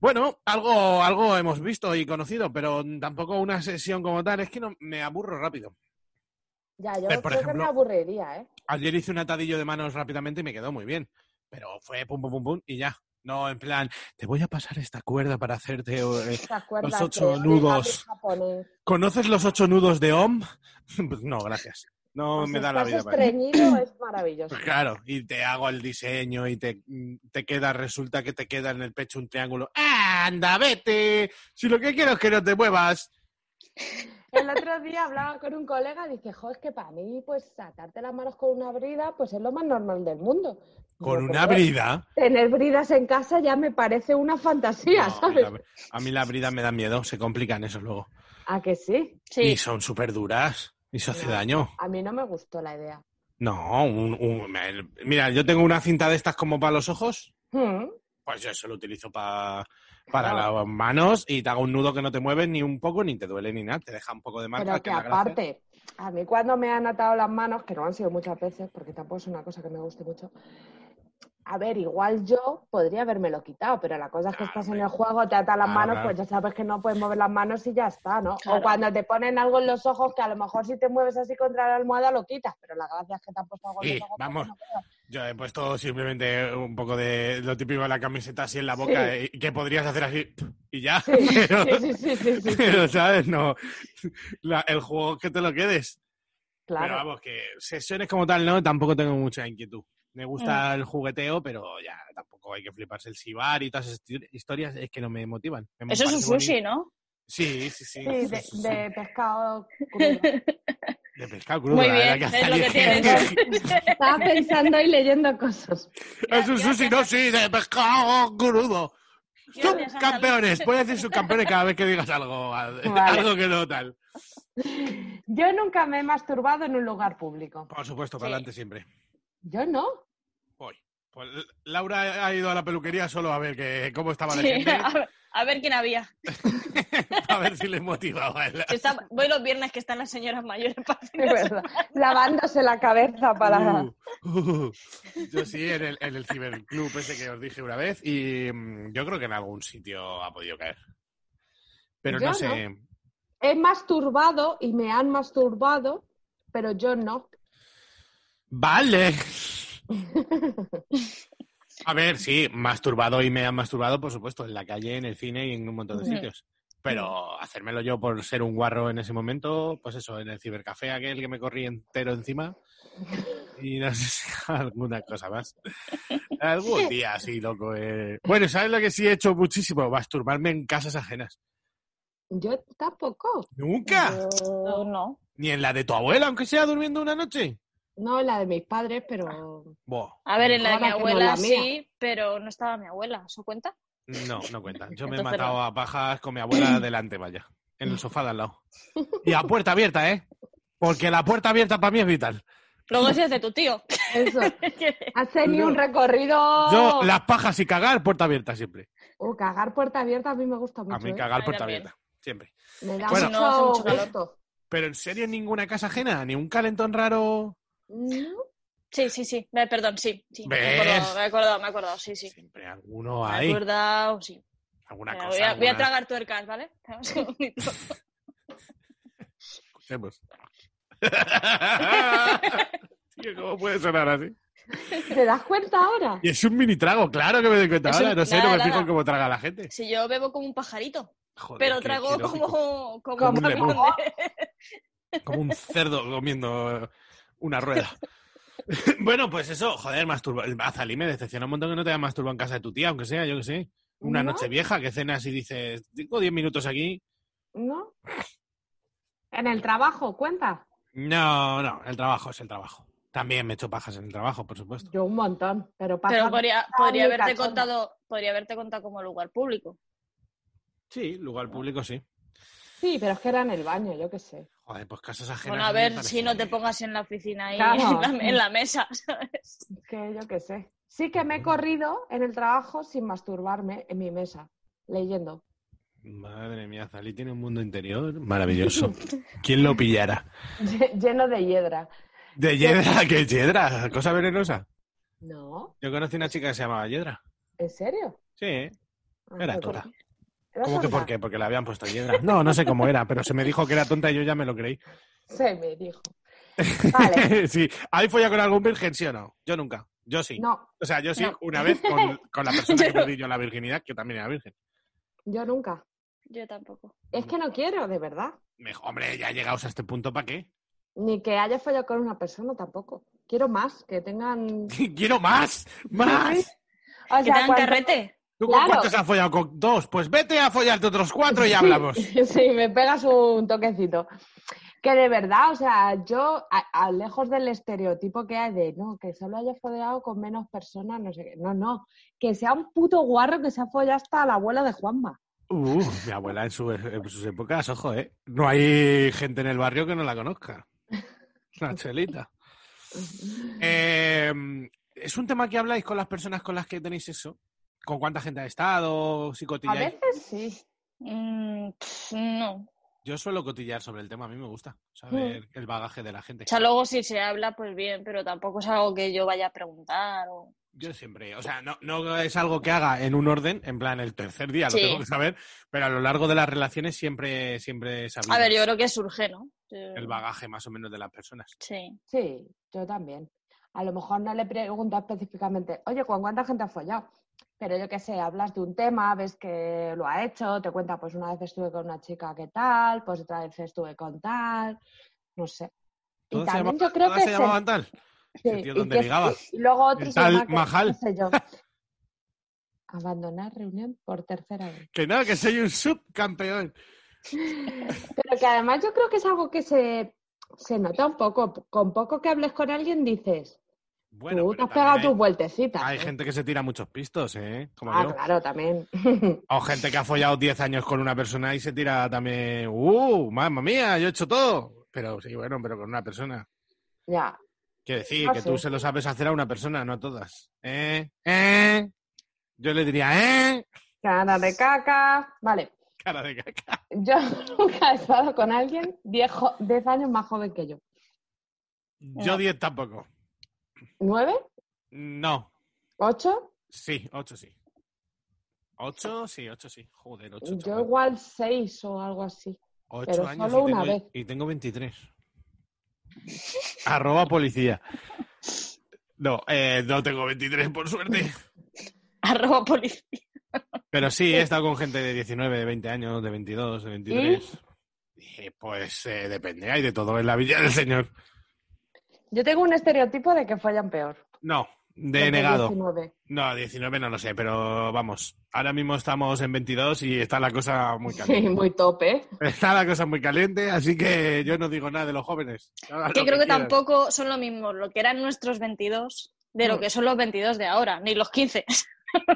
D: Bueno, algo, algo hemos visto y conocido, pero tampoco una sesión como tal. Es que no, me aburro rápido.
E: Ya, yo
D: Pero, por
E: creo que
D: ejemplo-
E: me aburriría, ¿eh?
D: Ayer hice un atadillo de manos rápidamente y me quedó muy bien. Pero fue pum, pum, pum, pum y ya. No, en plan, te voy a pasar esta cuerda para hacerte... eh,
E: ¿Te acuerdas?
D: Los ocho
E: de origami
D: nudos.
E: japonés?
D: ¿Conoces los ocho nudos de OM? Pues no, gracias. No
E: Pues
D: me da la
E: estás
D: vida. para eso.
E: estreñido, es maravilloso.
D: Pues claro, y te hago el diseño y te, te queda, resulta que te queda en el pecho un triángulo. ¡Ah, ¡Anda, vete! Si lo que quiero es que no te muevas.
E: El otro día hablaba con un colega, dice, jo, es que para mí, pues, atarte las manos con una brida, pues es lo más normal del mundo.
D: Con
E: Yo,
D: una
E: pero
D: brida.
E: Tener bridas en casa ya me parece una fantasía,
D: No,
E: ¿sabes?
D: la- a mí la brida me da miedo, se complican eso luego.
E: ¿A que sí?
F: Sí.
D: Y son súper duras. Y eso hace
E: No.
D: daño.
E: A mí no me gustó la idea.
D: No, un- un- el- mira, yo tengo una cinta de estas como para los ojos.
E: Hmm.
D: Pues yo eso lo utilizo pa- para las manos y te hago un nudo que no te mueve ni un poco, ni te duele ni nada. Te deja un poco de marca.
E: Pero que
D: la gracia-
E: aparte, a mí cuando me han atado las manos, que no han sido muchas veces, porque tampoco es una cosa que me guste mucho, a ver, igual yo podría habérmelo quitado, pero la cosa es que
D: Claro,
E: estás en
D: hombre.
E: el juego, te atan las
D: Claro,
E: manos,
D: claro.
E: pues ya sabes que no puedes mover las manos y ya está, ¿no?
F: Claro.
E: O cuando te ponen algo en los ojos, que a lo mejor si te mueves así contra la almohada lo quitas, pero la gracia es que te han puesto algo en
D: Sí,
E: los ojos.
D: vamos.
E: porque no puedo.
D: Yo he puesto simplemente un poco de lo típico de la camiseta así en la boca eh, y que podrías hacer así y ya. pero,
E: Sí, sí, sí, sí, sí, sí,
D: pero, ¿sabes? No. La- el juego es que te lo quedes. Pero
E: claro.
D: vamos, que sesiones como tal, ¿no? Tampoco tengo mucha inquietud. Me
E: Mm.
D: gusta el jugueteo, pero ya tampoco hay que fliparse. El Sibar y todas esas histori- historias es que no me motivan. Me
F: Eso es un
D: parece
F: sushi,
D: bonito.
F: ¿no?
D: Sí, sí, sí.
E: Sí, de,
D: sí, sí.
E: de pescado. crudo.
D: De pescado crudo.
F: Muy
D: la
F: bien,
D: verdad
F: es lo
D: Azalea-
F: que tienes.
E: Estaba pensando y leyendo cosas.
D: Es un sushi, no, sí, de pescado crudo.
F: Gracias, Ana
D: Subcampeones, puedes decir subcampeones cada vez que digas algo, algo que no tal.
E: Yo nunca me he masturbado en un lugar público.
D: Por supuesto, para
F: Sí.
D: adelante siempre.
E: Yo no.
D: Voy. Pues, Laura ha ido a la peluquería solo a ver que, cómo estaba la
F: Sí,
D: gente,
F: a, ver, a ver quién había.
D: a ver si le motivaba. el-
F: Que está- voy los viernes que están las señoras mayores para hacer
E: Es
F: eso.
E: verdad. Lavándose la cabeza para.
D: Uh, uh. yo sí, en el, en el ciberclub ese que os dije una vez y mm, yo creo que en algún sitio ha podido caer. Pero
E: Yo
D: no
E: no.
D: sé.
E: He masturbado y me han masturbado, pero yo no.
D: Vale. A ver, sí, masturbado y me han masturbado, por supuesto, en la calle, en el cine y en un montón de
F: Ujú.
D: sitios. Pero hacérmelo yo por ser un guarro en ese momento, pues eso, en el cibercafé aquel que me corrí entero encima. Y no sé si alguna cosa más. Algún día así, loco. eh. Bueno, ¿sabes lo que sí he hecho muchísimo? Masturbarme en casas ajenas.
E: Yo tampoco.
D: ¡Nunca!
E: Yo-
F: No, no.
D: Ni en la de tu abuela, aunque sea durmiendo una noche.
E: No, la de mis padres, pero
D: Buah,
F: A ver, en la de mi
E: Ahora que no es
F: abuela
E: la mía.
F: sí, pero no estaba mi abuela, ¿eso cuenta?
D: no, no cuenta. Yo me he
F: Entonces,
D: matado a pajas con mi abuela delante, vaya. En el sofá de al lado. Y a puerta abierta, ¿eh? Porque la puerta abierta para mí es vital.
F: Luego si es de tu tío.
E: eso. Hacer ni un recorrido.
F: Oh.
D: Yo, las pajas y cagar, puerta abierta siempre.
E: Oh, cagar puerta abierta a mí me gusta mucho.
D: A mí
E: ¿eh?
D: cagar
F: Ay,
D: puerta
F: también.
D: abierta, siempre.
E: Me da
D: Bueno.
E: mucho,
F: No, hace mucho calor.
E: gusto.
D: Pero en serio, ninguna casa ajena, ni un calentón raro.
E: No,
F: Sí, sí, sí. Eh, Perdón, sí. sí. Me he
D: ¿Ves?
F: acordado, me he acordado, me he acordado, sí, sí.
D: Siempre alguno
F: Me he
D: hay.
F: acordado, sí.
D: Alguna
F: Mira,
D: cosa.
F: voy, a, voy a
D: alguna-
F: tragar tuercas, ¿vale? Espera Un segundito.
D: Escuchemos. Tío, ¿cómo puede sonar así?
E: ¿Te das cuenta ahora?
D: Y es un mini trago, claro que me doy cuenta
F: Es
D: ahora.
F: un-
D: No sé,
F: nada,
D: no me fijo
F: nada.
D: en cómo traga la gente.
F: Si yo bebo como un pajarito,
D: Joder,
F: pero
D: qué-
F: trago
D: qué lógico.
F: como, como,
D: Como un
F: un
D: lemur.
F: conde.
D: Como un cerdo comiendo eh, una rueda. bueno, pues eso, joder, masturba. Azalí me decepciona un montón que no te haya masturbado en casa de tu tía, aunque sea, yo que sé. Una
E: ¿No?
D: noche vieja que cenas y dices, tengo 10 minutos aquí.
E: ¿No? En el trabajo, cuenta.
D: No, no, el trabajo es el trabajo. También me he hecho pajas en el trabajo, por supuesto.
E: Yo un montón, pero pasa.
F: Pero podría, podría
E: muy
F: haberte
E: cachonda.
F: contado, podría haberte contado como lugar público.
D: Sí, lugar público sí.
E: Sí, pero es que era en el baño, yo qué sé.
D: Joder, pues casas ajenas.
F: Bueno, a
D: mí me
F: ver
D: parece-
F: si no te pongas en la oficina ahí,
E: Claro.
F: en, la, en la mesa, ¿sabes?
E: Es que yo qué sé. Sí que me he corrido en el trabajo sin masturbarme en mi mesa, leyendo.
D: Madre mía, Azalí tiene un mundo interior maravilloso. ¿Quién lo pillara?
E: lle- Lleno de hiedra.
D: De Yedra, que Yedra, cosa venenosa.
E: No,
D: Yo conocí una chica que se llamaba Yedra.
E: ¿en serio?
D: Sí, era
E: Ah, pues,
D: tonta.
E: ¿era
D: ¿Cómo que
E: tonta?
D: por qué? Porque le habían puesto Yedra. No, no sé cómo era, pero se me dijo que era tonta y yo ya me lo creí.
E: Se me dijo. Vale,
D: sí, ¿hay folla con algún virgen, sí o no? Yo nunca. Yo sí.
E: no,
D: O sea, yo sí,
F: No.
D: una vez con, con la persona que
F: Yo no.
D: perdí yo la virginidad, que también era virgen.
E: yo nunca.
F: Yo tampoco.
E: Es que no quiero, de verdad.
D: Me dijo, hombre, ya llegados a este punto, ¿para qué?
E: Ni que haya fallado con una persona tampoco. Quiero más, que tengan.
D: ¡Quiero más! ¡Más!
E: O
F: ¿Que te dan
E: cuanto-
F: carrete?
D: ¿Tú con
E: Claro.
D: cuántos has follado? ¿Con dos? Pues vete a follarte otros cuatro y hablamos.
E: Sí, me pegas un toquecito. Que de verdad, o sea, yo, a, a- lejos del estereotipo que hay de, no, que solo haya follado con menos personas, no sé qué. No, no, que sea un puto guarro que se ha follado hasta la abuela de Juanma.
D: Uh, mi abuela en, su- en sus épocas, ojo, ¿eh? No hay gente en el barrio que no la conozca. La chelita. Eh, ¿Es un tema que habláis con las personas con las que tenéis eso? ¿Con cuánta gente ha estado? ¿Si
E: A
D: cotilláis?
E: veces sí.
F: Mm, pff, no. O
D: Yo suelo cotillar sobre el tema, a mí me gusta saber
E: Mm.
D: el bagaje de la gente.
F: sea, luego si se habla, pues bien, pero tampoco es algo que yo vaya a preguntar. O...
D: Yo siempre, o sea, no, no es algo que haga en un orden, en plan el tercer día, lo
F: Sí.
D: tengo que saber, pero a lo largo de las relaciones siempre, siempre he sabido
F: A ver, yo creo que surge, ¿no? Eh,
D: el bagaje más o menos de las personas.
F: Sí.
E: Sí, yo también. A lo mejor no le pregunto específicamente, oye, ¿con cuánta gente has follado? Pero yo qué sé, hablas de un tema, ves que lo ha hecho, te cuenta, pues una vez estuve con una chica que tal, pues otra vez estuve con tal, no sé. Y
D: Todas se
E: también
D: llama-
E: yo creo
D: todas
E: que
D: se
E: se-
D: llamaban tal.
E: sí,
D: Ese tío
E: y
D: donde
E: que-
D: ligaba.
E: y luego otro
D: El
E: se
D: tal
E: llama que-
D: Majal.
E: no sé yo. Abandonar reunión por tercera vez.
D: Que no, que soy un subcampeón.
E: Pero que además yo creo que es algo que se, se nota un poco. Con poco que hables con alguien dices,
D: Bueno,
E: tú te
D: pero
E: has pegado
D: también
E: tus vueltecitas.
D: hay, hay
E: ¿eh?
D: gente que se tira muchos pistos, ¿eh? Como
E: Ah,
D: yo.
E: claro, también.
D: O gente que ha follado 10 años con una persona y se tira también. ¡Uh! ¡Mamma mía! Yo he hecho todo. Pero sí, bueno, pero con una persona.
E: ya.
D: Quiere decir
E: Ah,
D: que tú
E: sí.
D: se lo sabes hacer a una persona, no a todas. ¿Eh? ¿Eh? Yo le diría, ¿eh?
E: Cara de caca. Vale.
D: Cara de caca.
E: Yo nunca he estado con alguien 10 jo- 10 años más joven que yo.
D: Yo
F: No.
D: 10 tampoco.
E: ¿Nueve?
D: No.
E: ¿Ocho?
D: Sí, 8 sí. 8 sí, 8 sí. Joder, 8.
E: Yo igual seis o algo así.
D: Ocho
E: Pero
D: años
E: solo
D: y,
E: una
D: tengo,
E: vez.
D: y tengo 23. Arroba policía. No, eh, no tengo 23, por suerte.
F: Arroba policía.
D: Pero sí, he estado con gente de 19, de 20 años, de 22, de 23. Y, pues eh, depende, hay de todo en la Villa del Señor.
E: Yo tengo un estereotipo de que fallan peor.
D: No,
E: Los de
D: denegado.
E: 19.
D: No, 19 no lo sé, pero vamos. Ahora mismo estamos en 22 y está la cosa muy
H: Sí,
D: caliente.
H: muy tope. ¿eh?
D: Está la cosa muy caliente, así que yo no digo nada de los jóvenes. Hagan
F: Que
D: lo
F: creo que
D: quieran.
F: tampoco son lo mismo lo que eran nuestros 22 de lo que son los 22 de ahora, ni los 15.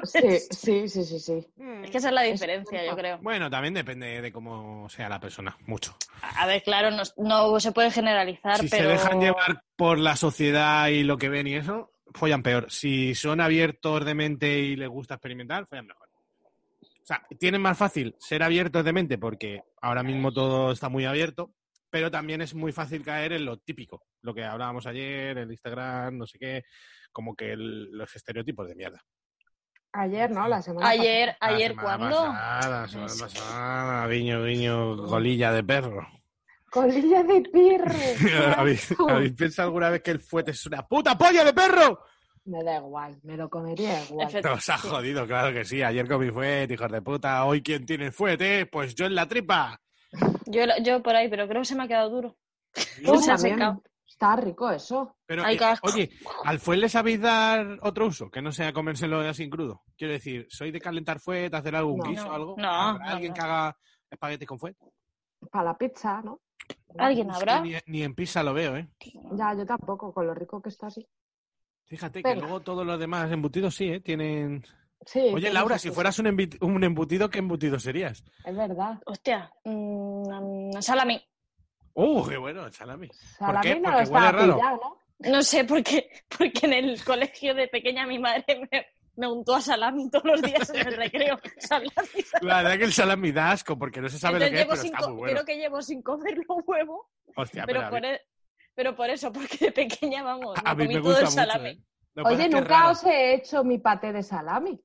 H: Sí, sí, sí, sí, sí.
F: Es que esa es la diferencia, yo creo.
D: Bueno, también depende de cómo sea la persona, mucho.
F: A a ver, claro, no, no se puede generalizar,
D: Si
F: pero...
D: se dejan llevar por la sociedad y lo que ven y eso, follan peor. Si son abiertos de mente y les gusta experimentar, follan mejor. O sea, tienen más fácil ser abiertos de mente porque ahora mismo todo está muy abierto, pero también es muy fácil caer en lo típico, lo que hablábamos ayer, el Instagram, no sé qué, como que el- los estereotipos de mierda. Ah,
E: Ayer, ¿no? La semana
F: Ayer,
D: La
F: ayer,
D: semana
F: ¿cuándo?
D: Pasada, la semana pasada, guiño, guiño, golilla de perro.
E: pasada. Colilla de pirre.
D: ¿Habéis, habéis pensado alguna vez que el fuete es una puta polla de perro?
E: me da igual, me lo comería igual.
F: Efectivamente.
D: Nos ha jodido, claro que sí. Ayer comí fuete, hijos de puta. Hoy, ¿quién tiene fuete? Pues yo en la tripa.
F: Yo, yo por ahí, pero creo que se me ha quedado duro.
H: Tú
F: Se ha
H: también.
F: secado.
H: Está rico eso.
D: Pero,
F: Ay,
D: eh,
F: qué asco.
D: oye, ¿al fuet le sabéis dar otro uso? Que no sea comérselo así crudo. Quiero decir, ¿soy de calentar fuet, hacer algún
E: No.
D: guiso
F: No.
D: algo?
F: No,
D: ¿Habrá
F: no,
D: alguien
F: no.
D: que haga espaguetes con fuet?
E: Para la pizza, ¿no?
F: ¿Alguien
D: Es que
F: habrá?
D: Ni, ni en pizza lo veo, ¿eh?
E: Ya, yo tampoco, con lo rico que está así.
D: Fíjate que
E: Venga.
D: luego todos los demás embutidos sí, ¿eh? Tienen...
E: Sí.
D: Oye,
E: tiene
D: Laura,
E: esas
D: si
E: cosas.
D: fueras un, envi- un embutido, ¿qué embutido serías?
E: Es verdad.
F: Hostia, mm, salami.
D: ¡Uh, qué bueno! El salami.
E: Salamina
D: Porque
E: lo
D: huele
E: estaba
D: raro.
E: pillado, ¿no?
F: No sé por qué, porque en el colegio de pequeña mi madre me, me untó a salami todos los días en el recreo. Salami, salami.
D: La verdad que el salami da asco porque no se sabe
F: Entonces
D: lo que
F: llevo
D: es, pero
F: sin
D: está
F: co-
D: muy bueno.
F: creo que llevo sin comer los huevos,
D: Hostia, pero,
F: pero
D: a
F: por,
D: mí,
F: e- pero por eso, porque de pequeña, vamos,
D: a
F: me
D: mí
F: comí
D: me gusta
F: todo el
D: mucho.
F: salami.
D: ¿eh? Lo que pasa
E: Oye,
D: es que es
E: nunca
D: raro.
E: os he hecho mi paté de salami.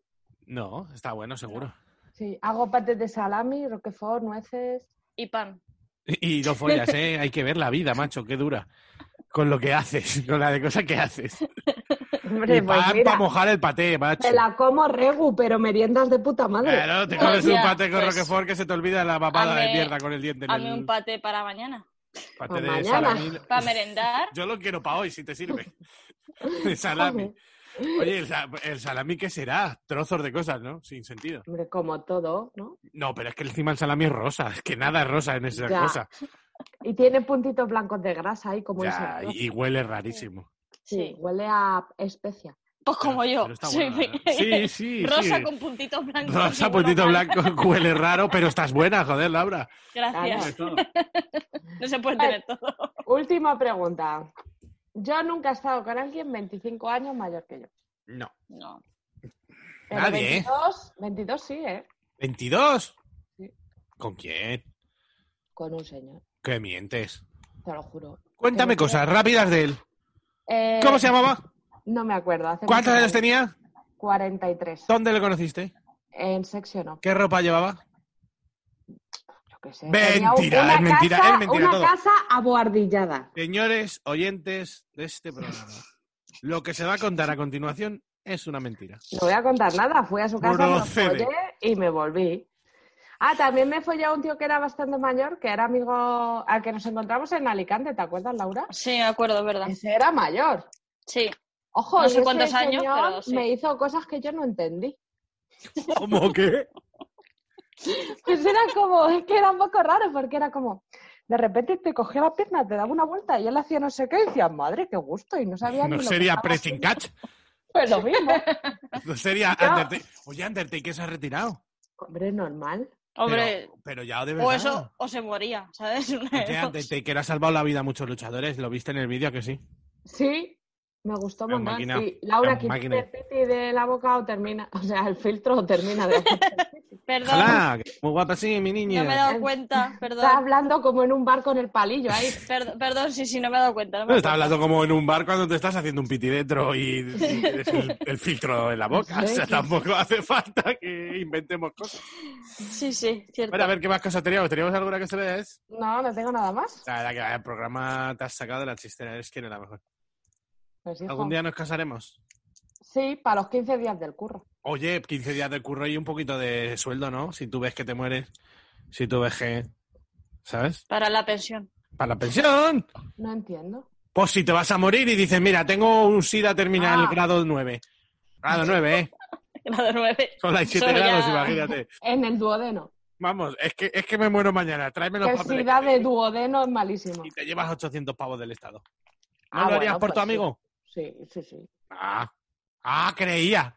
D: No, está bueno, seguro.
E: Sí, hago paté de salami, roquefort, nueces.
F: Y pan.
D: Y, y no follas, ¿eh? Hay que ver la vida, macho, qué dura. Con lo que haces, con la de cosas que haces.
E: Hombre,
D: Y
E: pues
D: pan
E: mira,
D: para mojar el paté, macho.
E: me la como regu, pero meriendas de puta madre.
D: Claro, te comes un
F: Hostia,
D: paté con
F: pues,
D: Roquefort que se te olvida la papada de
F: hazme-
D: mierda con el diente en
F: Hazme un
D: el
F: pate para mañana,
D: paté
E: pa'
D: de
E: mañana.
D: salami.
F: para merendar.
D: Yo lo quiero para hoy, si te sirve. El salami. Oye, el, sa- el salami, ¿qué será? Trozos de cosas, ¿no? Sin sentido.
E: Hombre, como todo, ¿no?
D: No, pero es que encima el salami es rosa. Es que nada es rosa en esa
E: Ya.
D: cosa.
E: Y tiene puntitos blancos de grasa ahí, como
D: Ya,
E: ese, ¿no?
D: y huele rarísimo.
E: Sí,
F: Sí,
E: huele a especia.
F: pues como
D: Pero-
F: yo.
D: pero está
F: soy
D: bueno, ¿eh?
F: pequeña.
D: Sí, sí,
F: Rosa
D: sí.
F: con puntitos blancos.
D: Rosa,
F: y huelo
D: puntito
F: mal.
D: blanco, huele raro, pero estás buena, joder, Laura.
F: Gracias. No se puede
E: Vale.
F: tener todo.
E: Última pregunta. Yo nunca he estado con alguien 25 años mayor que yo.
D: No.
F: No.
E: Pero
D: Nadie, ¿eh?
E: 22, 22 sí, ¿eh?
D: ¿22?
E: Sí.
D: ¿Con quién?
E: Con un señor,
D: ¿Qué mientes?
E: te lo juro.
D: Cuéntame
E: Pero-
D: cosas rápidas de él.
E: Eh,
D: ¿Cómo se llamaba?
E: No me acuerdo. Hace
D: ¿Cuántos
E: mucho
D: años
E: que-
D: tenía?
E: 43.
D: ¿Dónde le conociste?
E: En sexo no.
D: ¿Qué ropa llevaba?
E: Yo qué sé.
D: Mentira,
E: Tenía una
D: es mentira,
E: casa-
D: es mentira
E: Una
D: todo.
E: casa aboardillada.
D: Señores oyentes de este programa, lo que se va a contar a continuación es una mentira.
E: No voy a contar nada. Fui a su casa, me lo
D: Procede.
E: follé y me volví. Ah, también me follé a un tío que era bastante mayor, que era amigo al que nos encontramos en Alicante, ¿te acuerdas, Laura?
F: Sí, de acuerdo, ¿verdad?
E: Ese era mayor.
F: Sí.
E: Ojo,
F: Ah. No sé
E: ese
F: cuántos años,
E: señor
F: pero sí.
E: me hizo cosas que yo no entendí.
D: ¿Cómo que?
E: Pues era como, es que era un poco raro, porque era como, de repente te cogía la pierna, te daba una vuelta y él hacía no sé qué y decía, madre, qué gusto, y no sabía ni
D: ¿No
E: lo que
D: sería
E: estaba
D: pressing
E: haciendo.
D: catch?
E: Pues lo mismo.
D: ¿No sería
E: No.
D: Undertaker? Oye, Undertaker se ha retirado.
E: Hombre, normal.
F: Hombre,
D: Pero, pero ya de verdad.
F: o Pues eso, o se moría, ¿sabes? Una de
D: Oye,
F: dos.
D: Undertaker ha salvado la vida a muchos luchadores, lo viste en el vídeo que sí.
E: Sí, me gustó
D: Es un
E: más.
D: máquina,
E: Y
D: es
E: Laura,
D: un
E: quítate
D: máquina.
E: el piti de la boca o termina, o sea, el filtro o termina de...
F: Perdón,
D: Ojalá, que- muy guapa sí, mi niña.
F: no me he dado cuenta,
E: Está
F: perdón.
E: hablando como en un bar con el palillo ahí.
F: Perdón, perdón, sí, sí, no me he dado cuenta. no me
D: No,
F: he
D: está
F: dado
D: hablando como en un bar cuando te estás haciendo un piti dentro y, y tienes el, el filtro en la boca. O sea, tampoco hace falta que inventemos cosas.
F: cuenta. Sí, sí, cierto.
D: Bueno, a ver qué más cosas teníamos. ¿Teníamos alguna que se vea? Es-
E: No, no tengo nada más.
D: La verdad que vaya programa te has sacado de la chistera. Eres quien era mejor.
E: Pues, hijo,
D: ¿Algún día nos casaremos?
E: Sí, para los 15 días del curro.
D: Oye, 15 días de curro y un poquito de sueldo, ¿no? Si tú ves que te mueres, si tú ves que... ¿Sabes?
F: Para la pensión.
D: Para la pensión.
H: No entiendo.
D: Pues si te vas a morir y dices, mira, tengo un SIDA terminal
H: Ah.
D: grado 9. Grado 9, ¿eh?
F: Grado nueve.
D: Son las 7
F: Eso ya-
D: grados, imagínate.
H: En el duodeno.
D: Vamos, es que, es que me muero mañana. Tráeme los
H: Que el
D: papeles.
H: SIDA de duodeno es malísimo.
D: Y te llevas 800 pavos del Estado. ¿No
H: Ah,
D: lo harías
H: bueno,
D: por tu
H: pues sí.
D: amigo?
H: Sí, sí, sí.
D: Ah, ah, creía.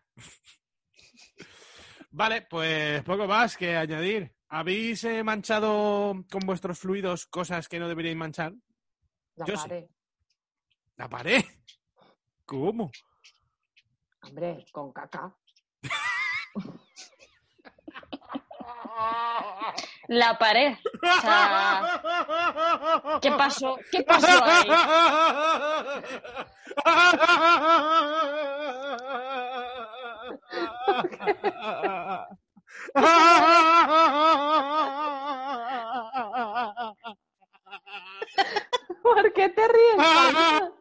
D: Vale, pues poco más que añadir. ¿Habéis eh, manchado con vuestros fluidos cosas que no deberíais manchar?
H: La
D: Yo sí.
H: pared.
D: ¿La pared? ¿Cómo?
H: Hombre, con caca.
F: La pared. O sea, ¿qué pasó? ¿Qué pasó ahí?
H: ¿Por qué te ríes?
D: Ah,
H: Paula?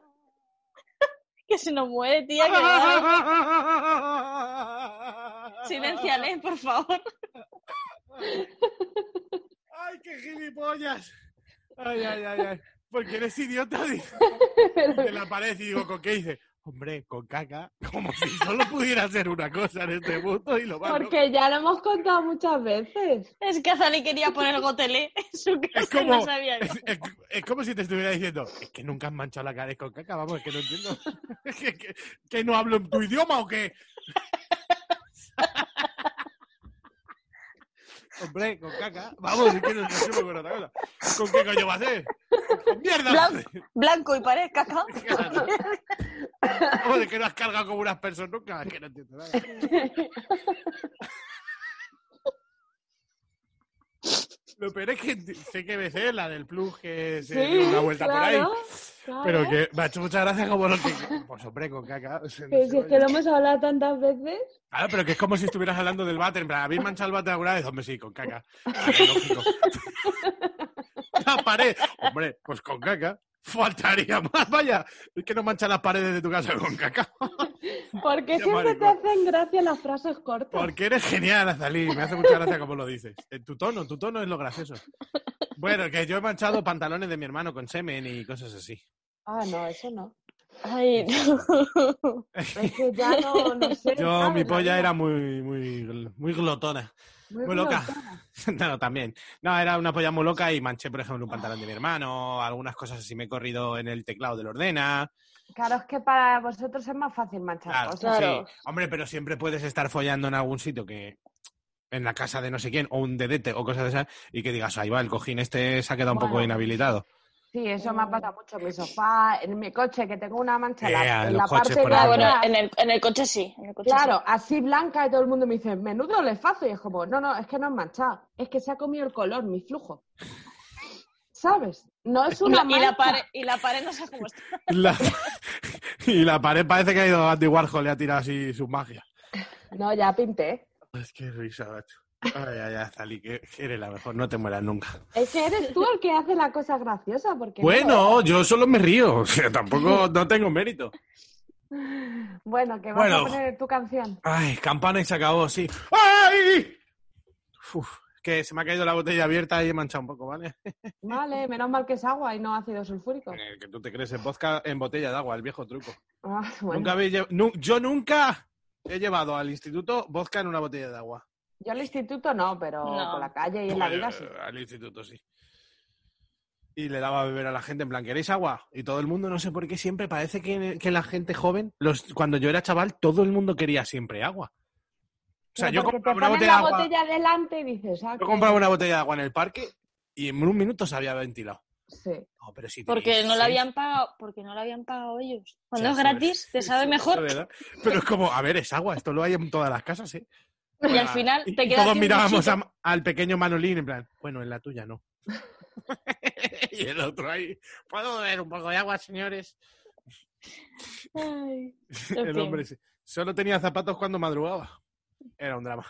F: Que se nos muere, tía. Que va. Silenciale, por favor.
D: ¡Ay, qué gilipollas! ¡Ay, ay, ay! ay. Porque eres idiota, dice.
H: Pero-
D: De la pared y digo, ¿con qué? Y dice, hombre, con caca. Como si solo pudiera hacer una cosa en este mundo y lo va ¿no?
H: Porque ya lo hemos contado muchas veces.
F: Es que Azalí quería poner gotelé en su casa
D: Es
F: y no
D: como,
F: sabía.
D: es, es- es como si te estuviera diciendo, es que nunca has manchado la cara con caca, vamos, es que no entiendo. ¿Que, que, que no hablo en tu idioma o qué? Hombre, con caca, vamos, es que no, no se me ocurre otra cosa. ¿Con qué coño va a ser? ¡Con mierda!
F: Blanco. Blanco y pared, caca.
D: Vamos, es que no has cargado como unas personas nunca, es que no entiendo nada. Lo peor es que enti- sé que BC, la del plus, que se dio una vuelta por ahí.
H: claro.
D: Pero que me ha hecho muchas gracias como lo que... Pues hombre, con caca. o sea, no
H: Pero
D: sé,
H: si es
D: oye.
H: que lo hemos hablado tantas veces.
D: Claro, pero que es como si estuvieras hablando del váter. En plan, ¿habéis manchado el váter alguna vez? Hombre, sí, con caca. Vale, lógico. la pared. Hombre, pues con caca. Faltaría más, vaya. Es que no mancha las paredes de tu casa con caca.
H: Porque
D: Qué
H: siempre te
D: maricón.
H: hacen gracia las frases cortas.
D: Porque eres genial, Azalí. Me hace mucha gracia como lo dices. En tu tono, tu tono es lo gracioso. Bueno, que yo he manchado pantalones de mi hermano con semen y cosas así.
H: Ah, no, eso no.
F: Ay, no.
H: Es que ya no, no sé.
D: Yo,
H: ¿sabes?
D: mi
H: La
D: polla
H: vida
D: era muy, muy, gl- muy glotona.
H: muy
D: Muy loca.
H: glotona.
D: No, también. No, era una polla muy loca y manché, por ejemplo, un pantalón de mi hermano, algunas cosas así me he corrido en el teclado del ordena.
E: Claro, es que para vosotros es más fácil manchar
D: Claro,
E: cosas.
F: Claro.
D: sí. Hombre, pero siempre puedes estar follando en algún sitio que en la casa de no sé quién, o un dedete o cosas de esas, y que digas, ahí va, el cojín este se ha quedado un poco
E: Bueno.
D: inhabilitado.
E: Sí, eso me ha pasado mucho en mi sofá, en mi coche, que tengo una mancha en
D: Eh,
E: la, en
D: los
E: la
D: coches,
E: parte
D: por
E: de
F: Ah,
D: ejemplo.
F: bueno,
E: atrás.
F: en el, en el coche sí. en el coche
E: Claro,
H: Claro, así blanca y todo el mundo me dice, menudo le fazo. Y es como, no, no, es que no es manchado. Es que se ha comido el color, mi flujo. ¿Sabes? No es
F: sí.
E: una
F: y, la
E: mancha.
F: pared, y la pared no sé cómo está.
D: La- y la pared parece que ha ido Andy Warhol, le ha tirado así sus magias.
H: No, ya pinté.
D: Es que risa, macho. Ay, ay, ay, Zali, que que eres la mejor, no te mueras nunca.
H: Es que eres tú el que hace la cosa graciosa. Porque no.
D: Bueno, yo solo me río, o sea, tampoco no tengo mérito.
H: Bueno, que vas
D: Bueno.
H: a poner tu canción.
D: Ay, campana y se acabó, sí. ¡Ay! Uf, que se me ha caído la botella abierta y he manchado un poco, ¿vale?
H: Vale, menos mal que es agua y no ácido sulfúrico.
D: Eh, que tú te crees en vodka en botella de agua, el viejo truco.
H: Ah, bueno.
D: Nunca habéis lle- nu- yo nunca he llevado al instituto vodka en una botella de agua.
H: Yo al instituto no, pero
F: No.
H: por la calle y en la
D: Pues,
H: vida
D: eh,
H: sí.
D: Al instituto sí. Y le daba a beber a la gente en plan, ¿queréis agua? Y todo el mundo, no sé por qué, siempre parece que, que la gente joven, los, cuando yo era chaval, todo el mundo quería siempre agua. O sea,
H: Pero
D: yo
H: porque
D: compraba
H: te
D: una
H: ponen la
D: botella de
H: botella
D: agua.
H: delante y dices, ah,
D: Yo
H: que-
D: compraba una botella de agua en el parque y en un minuto se había ventilado.
H: Sí.
D: No, pero si
F: Porque
D: tenéis
F: no
D: seis-
F: la habían pagado, porque no la habían pagado ellos. Cuando
D: Ya,
F: es gratis, te sabe mejor.
D: ¿Verdad? Pero es como, a ver, es agua, esto lo hay en todas las casas, ¿eh?
F: Y al final
D: Y
F: te quedas
D: todos
F: sin
D: mirábamos
F: bichito.
D: a- al pequeño Manolín en plan, bueno, en la tuya no. y el otro ahí, ¿puedo beber un poco de agua, señores?
F: Ay. En
D: El
F: fin.
D: hombre sí. solo tenía zapatos cuando madrugaba. Era un drama.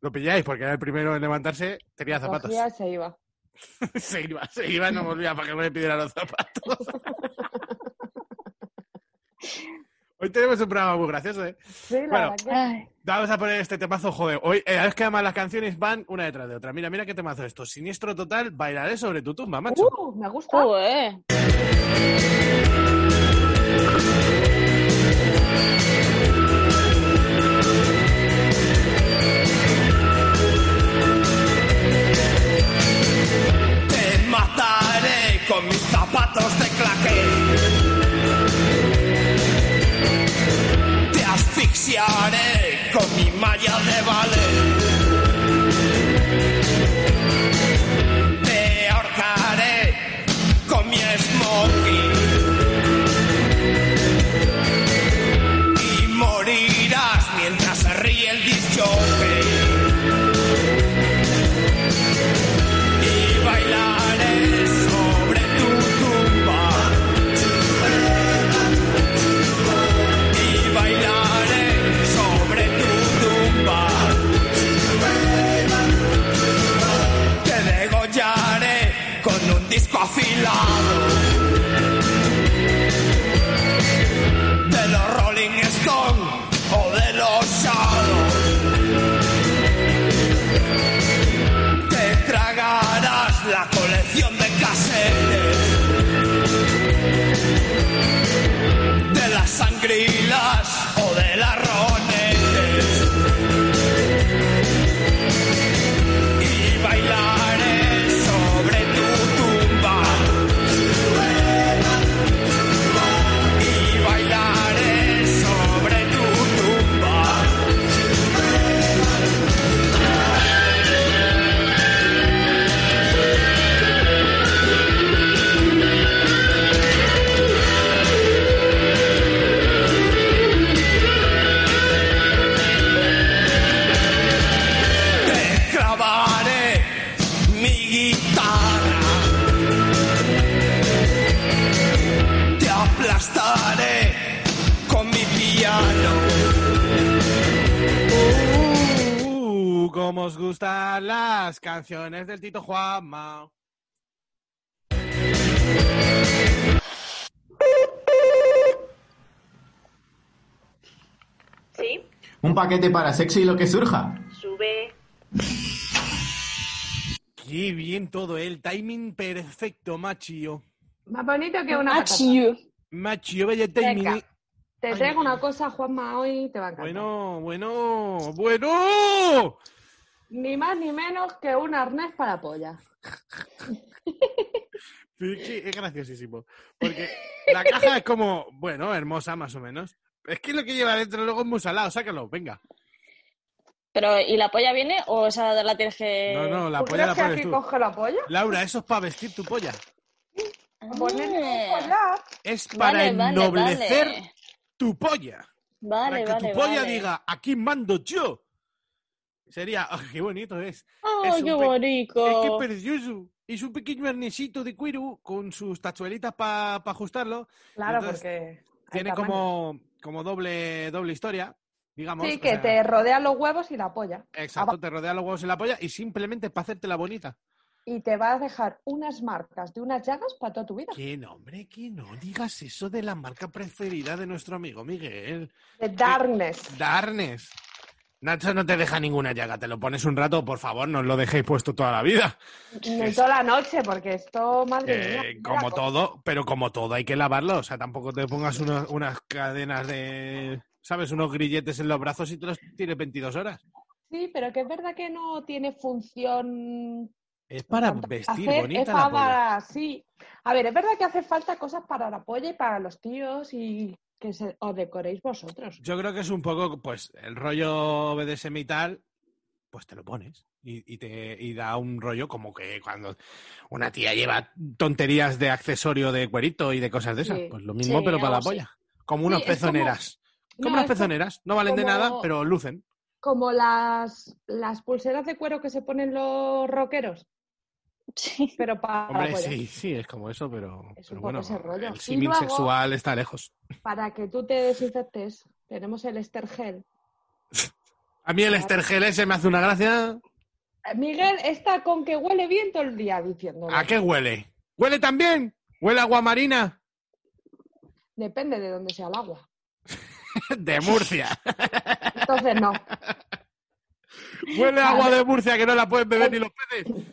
D: Lo pilláis porque era el primero en levantarse, tenía zapatos.
H: Cogía y se iba.
D: Se iba, se iba, no volvía para que no le pidiera los zapatos. Hoy tenemos un programa muy gracioso, ¿eh?
I: Sí, la
D: Bueno.
I: verdad que-
F: Ay,
D: Vamos a poner este temazo, joder. Hoy, eh, es que además las canciones van una detrás de otra. Mira, mira qué temazo esto. Siniestro total, bailaré sobre tu tumba, macho.
I: Uh, me gusta.
F: joder.
G: Te mataré con mis zapatos de claqué. Te asfixiaré con mi malla de ballet. Te ahorcaré con mi smoking. Y morirás mientras se ríe el disjockey. Y bailaré sobre tu tumba. Y bailaré sobre tu tumba. Te degollaré con un disco afilado. De los Rolling Stones o de los Shadows. Te tragarás la colección de casetes De las sangrilas o de las ronetes Y bailaré sobre tu tumba Y bailaré sobre tu tumba Te clavaré mi guitarra. Te aplastaré con mi piano.
D: Uh, cómo os gustan las canciones del Tito Juanma.
J: Sí,
K: Un paquete para sexo y lo que surja.
J: sube.
D: Qué bien todo, ¿eh? el timing perfecto, machio.
E: Más bonito que una patata.
F: Achiu.
D: Machio, vaya timing.
E: Venga. Te
D: Ay,
E: traigo
D: Dios.
E: una cosa, Juanma, hoy te va a encantar.
D: Bueno, bueno, bueno.
E: Ni más ni menos que un arnés para polla.
D: Sí, sí, es graciosísimo. Porque la caja es como, bueno, hermosa más o menos. Es que lo que lleva dentro luego es muy salado, sácalo, venga.
F: Pero, ¿y la polla viene o esa la tienes Eh, que...?
D: No, no, la
E: ¿Tú
D: polla la
E: crees que
D: pones
E: aquí
D: tú.
E: coge la polla?
D: Laura, eso es para vestir tu polla.
F: Ah,
E: Ponerle un collar.
D: Es para
F: Vale, vale,
D: ennoblecer
F: vale.
D: tu polla.
F: Vale,
D: para que
F: vale,
D: tu polla
F: vale.
D: diga, aquí mando yo. Sería, "Ah, qué bonito es.
F: ¡Ay,
D: es un
F: qué
D: pe-
F: bonito!
D: Es que precioso. Es un pequeño arnesito de cuero con sus tachuelitas para ajustarlo.
I: Claro,
D: Entonces,
I: porque. hay
D: Tiene
I: tamaño.
D: como, como doble, doble historia, digamos.
E: Sí,
D: o
E: que
D: sea,
E: te rodea los huevos y la polla.
D: Exacto, te rodea los huevos en la polla y simplemente para hacerte la bonita.
E: Y te va a dejar unas marcas de unas llagas para toda tu vida.
D: Que no, hombre, que no digas eso de la marca preferida de nuestro amigo Miguel.
E: De darkness.
D: Darnes. Nacho no te deja ninguna llaga, te lo pones un rato, por favor, no os lo dejéis puesto toda la vida.
E: Ni
D: Es-
E: toda la noche, porque esto, madre
D: Eh,
E: mía.
D: como
E: mira,
D: todo, pero como todo hay que lavarlo, o sea, tampoco te pongas unos- unas cadenas de, ¿sabes? Unos grilletes en los brazos y te los tienes 22 horas.
E: Sí, pero que es verdad que no tiene función
D: Es para
E: tanto
D: vestir
E: hacer, es
D: bonita la polla.
E: para, sí. A ver, es verdad que hace falta cosas para la polla y para los tíos y que se, os decoréis vosotros.
D: Yo creo que es un poco, pues, el rollo BDSM y tal, pues te lo pones y, y te y da un rollo como que cuando una tía lleva tonterías de accesorio de cuerito y de cosas de esas,
E: Sí,
D: pues lo mismo,
F: sí,
D: pero para la
F: algo así.
D: polla. Como unas
E: es como-
D: pezoneras. Como,
E: No,
D: unas
E: es co-
D: pezoneras, no valen de
E: como-
D: nada, pero lucen.
E: Como las, las pulseras de cuero que se ponen los rockeros,
F: Sí.
E: pero para la
D: Hombre,
E: polla.
D: sí, sí, es como eso, pero,
E: Es
D: pero
E: un poco
D: bueno,
E: ese rollo.
D: el
E: Y
D: símil
E: luego-
D: sexual está lejos.
E: Para que tú te desinfectes, tenemos el estergel.
D: A mí el estergel ese me hace una gracia.
E: Eh, Miguel está con que huele bien todo el día diciendo.
D: ¿A qué huele? ¿Huele también? ¿Huele a agua marina?
E: Depende de dónde sea el agua.
D: de Murcia.
E: Entonces no.
D: Huele a agua de Murcia que no la pueden beber ni los peces.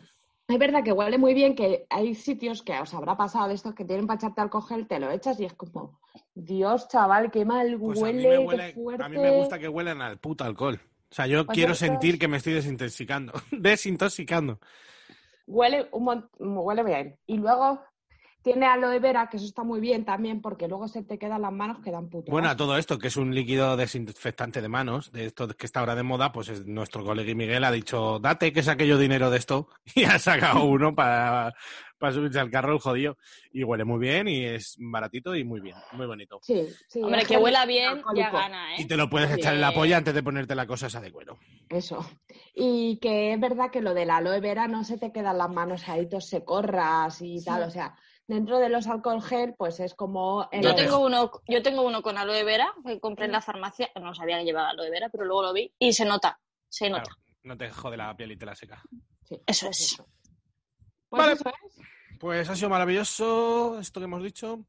E: Es verdad que huele muy bien, que hay sitios que os habrá pasado de estos que tienen para echarte alcohol gel, te lo echas y es como, Dios, chaval, qué mal
D: Pues a mí
E: huele,
D: me
E: qué
D: huele-
E: fuerte.
D: a mí me gusta que huelan al puto alcohol. O sea, yo
E: Pues
D: quiero
E: estos-
D: sentir que me estoy desintoxicando. Desintoxicando.
E: Huele, un mon- huele bien. Y luego tiene aloe vera, que eso está muy bien también, porque luego se te quedan las manos que dan puto.
D: Bueno, a
E: asco.
D: todo esto, que es un líquido desinfectante de manos, de esto que está ahora de moda, pues es- nuestro colega Miguel ha dicho, date que saque yo dinero de esto, y ha sacado uno para, para subirse al carro el jodido. Y huele muy bien, y es baratito y muy bien, muy bonito.
E: Sí, sí.
F: Hombre,
E: es
F: que
E: gel
F: huela bien, ya
E: alcohólico.
F: gana,
D: Y
F: ¿eh?
D: te lo puedes echar en la
F: Bien.
D: polla antes de ponerte la cosa esa de cuero.
E: Eso. Y que es verdad que lo del aloe vera no se te quedan las manos ahí, tos se corras y tal. O sea, dentro de los alcohol gel, pues es como. el-
F: Yo tengo, uno, yo tengo uno con aloe vera que compré en la farmacia. No sabía que llevaba aloe vera, pero luego lo vi y se nota. Se nota.
D: Claro, no te jode la piel y te la seca.
E: Sí,
F: Eso es.
E: Pues
D: Vale.
E: eso es.
D: Pues ha sido maravilloso esto que hemos dicho,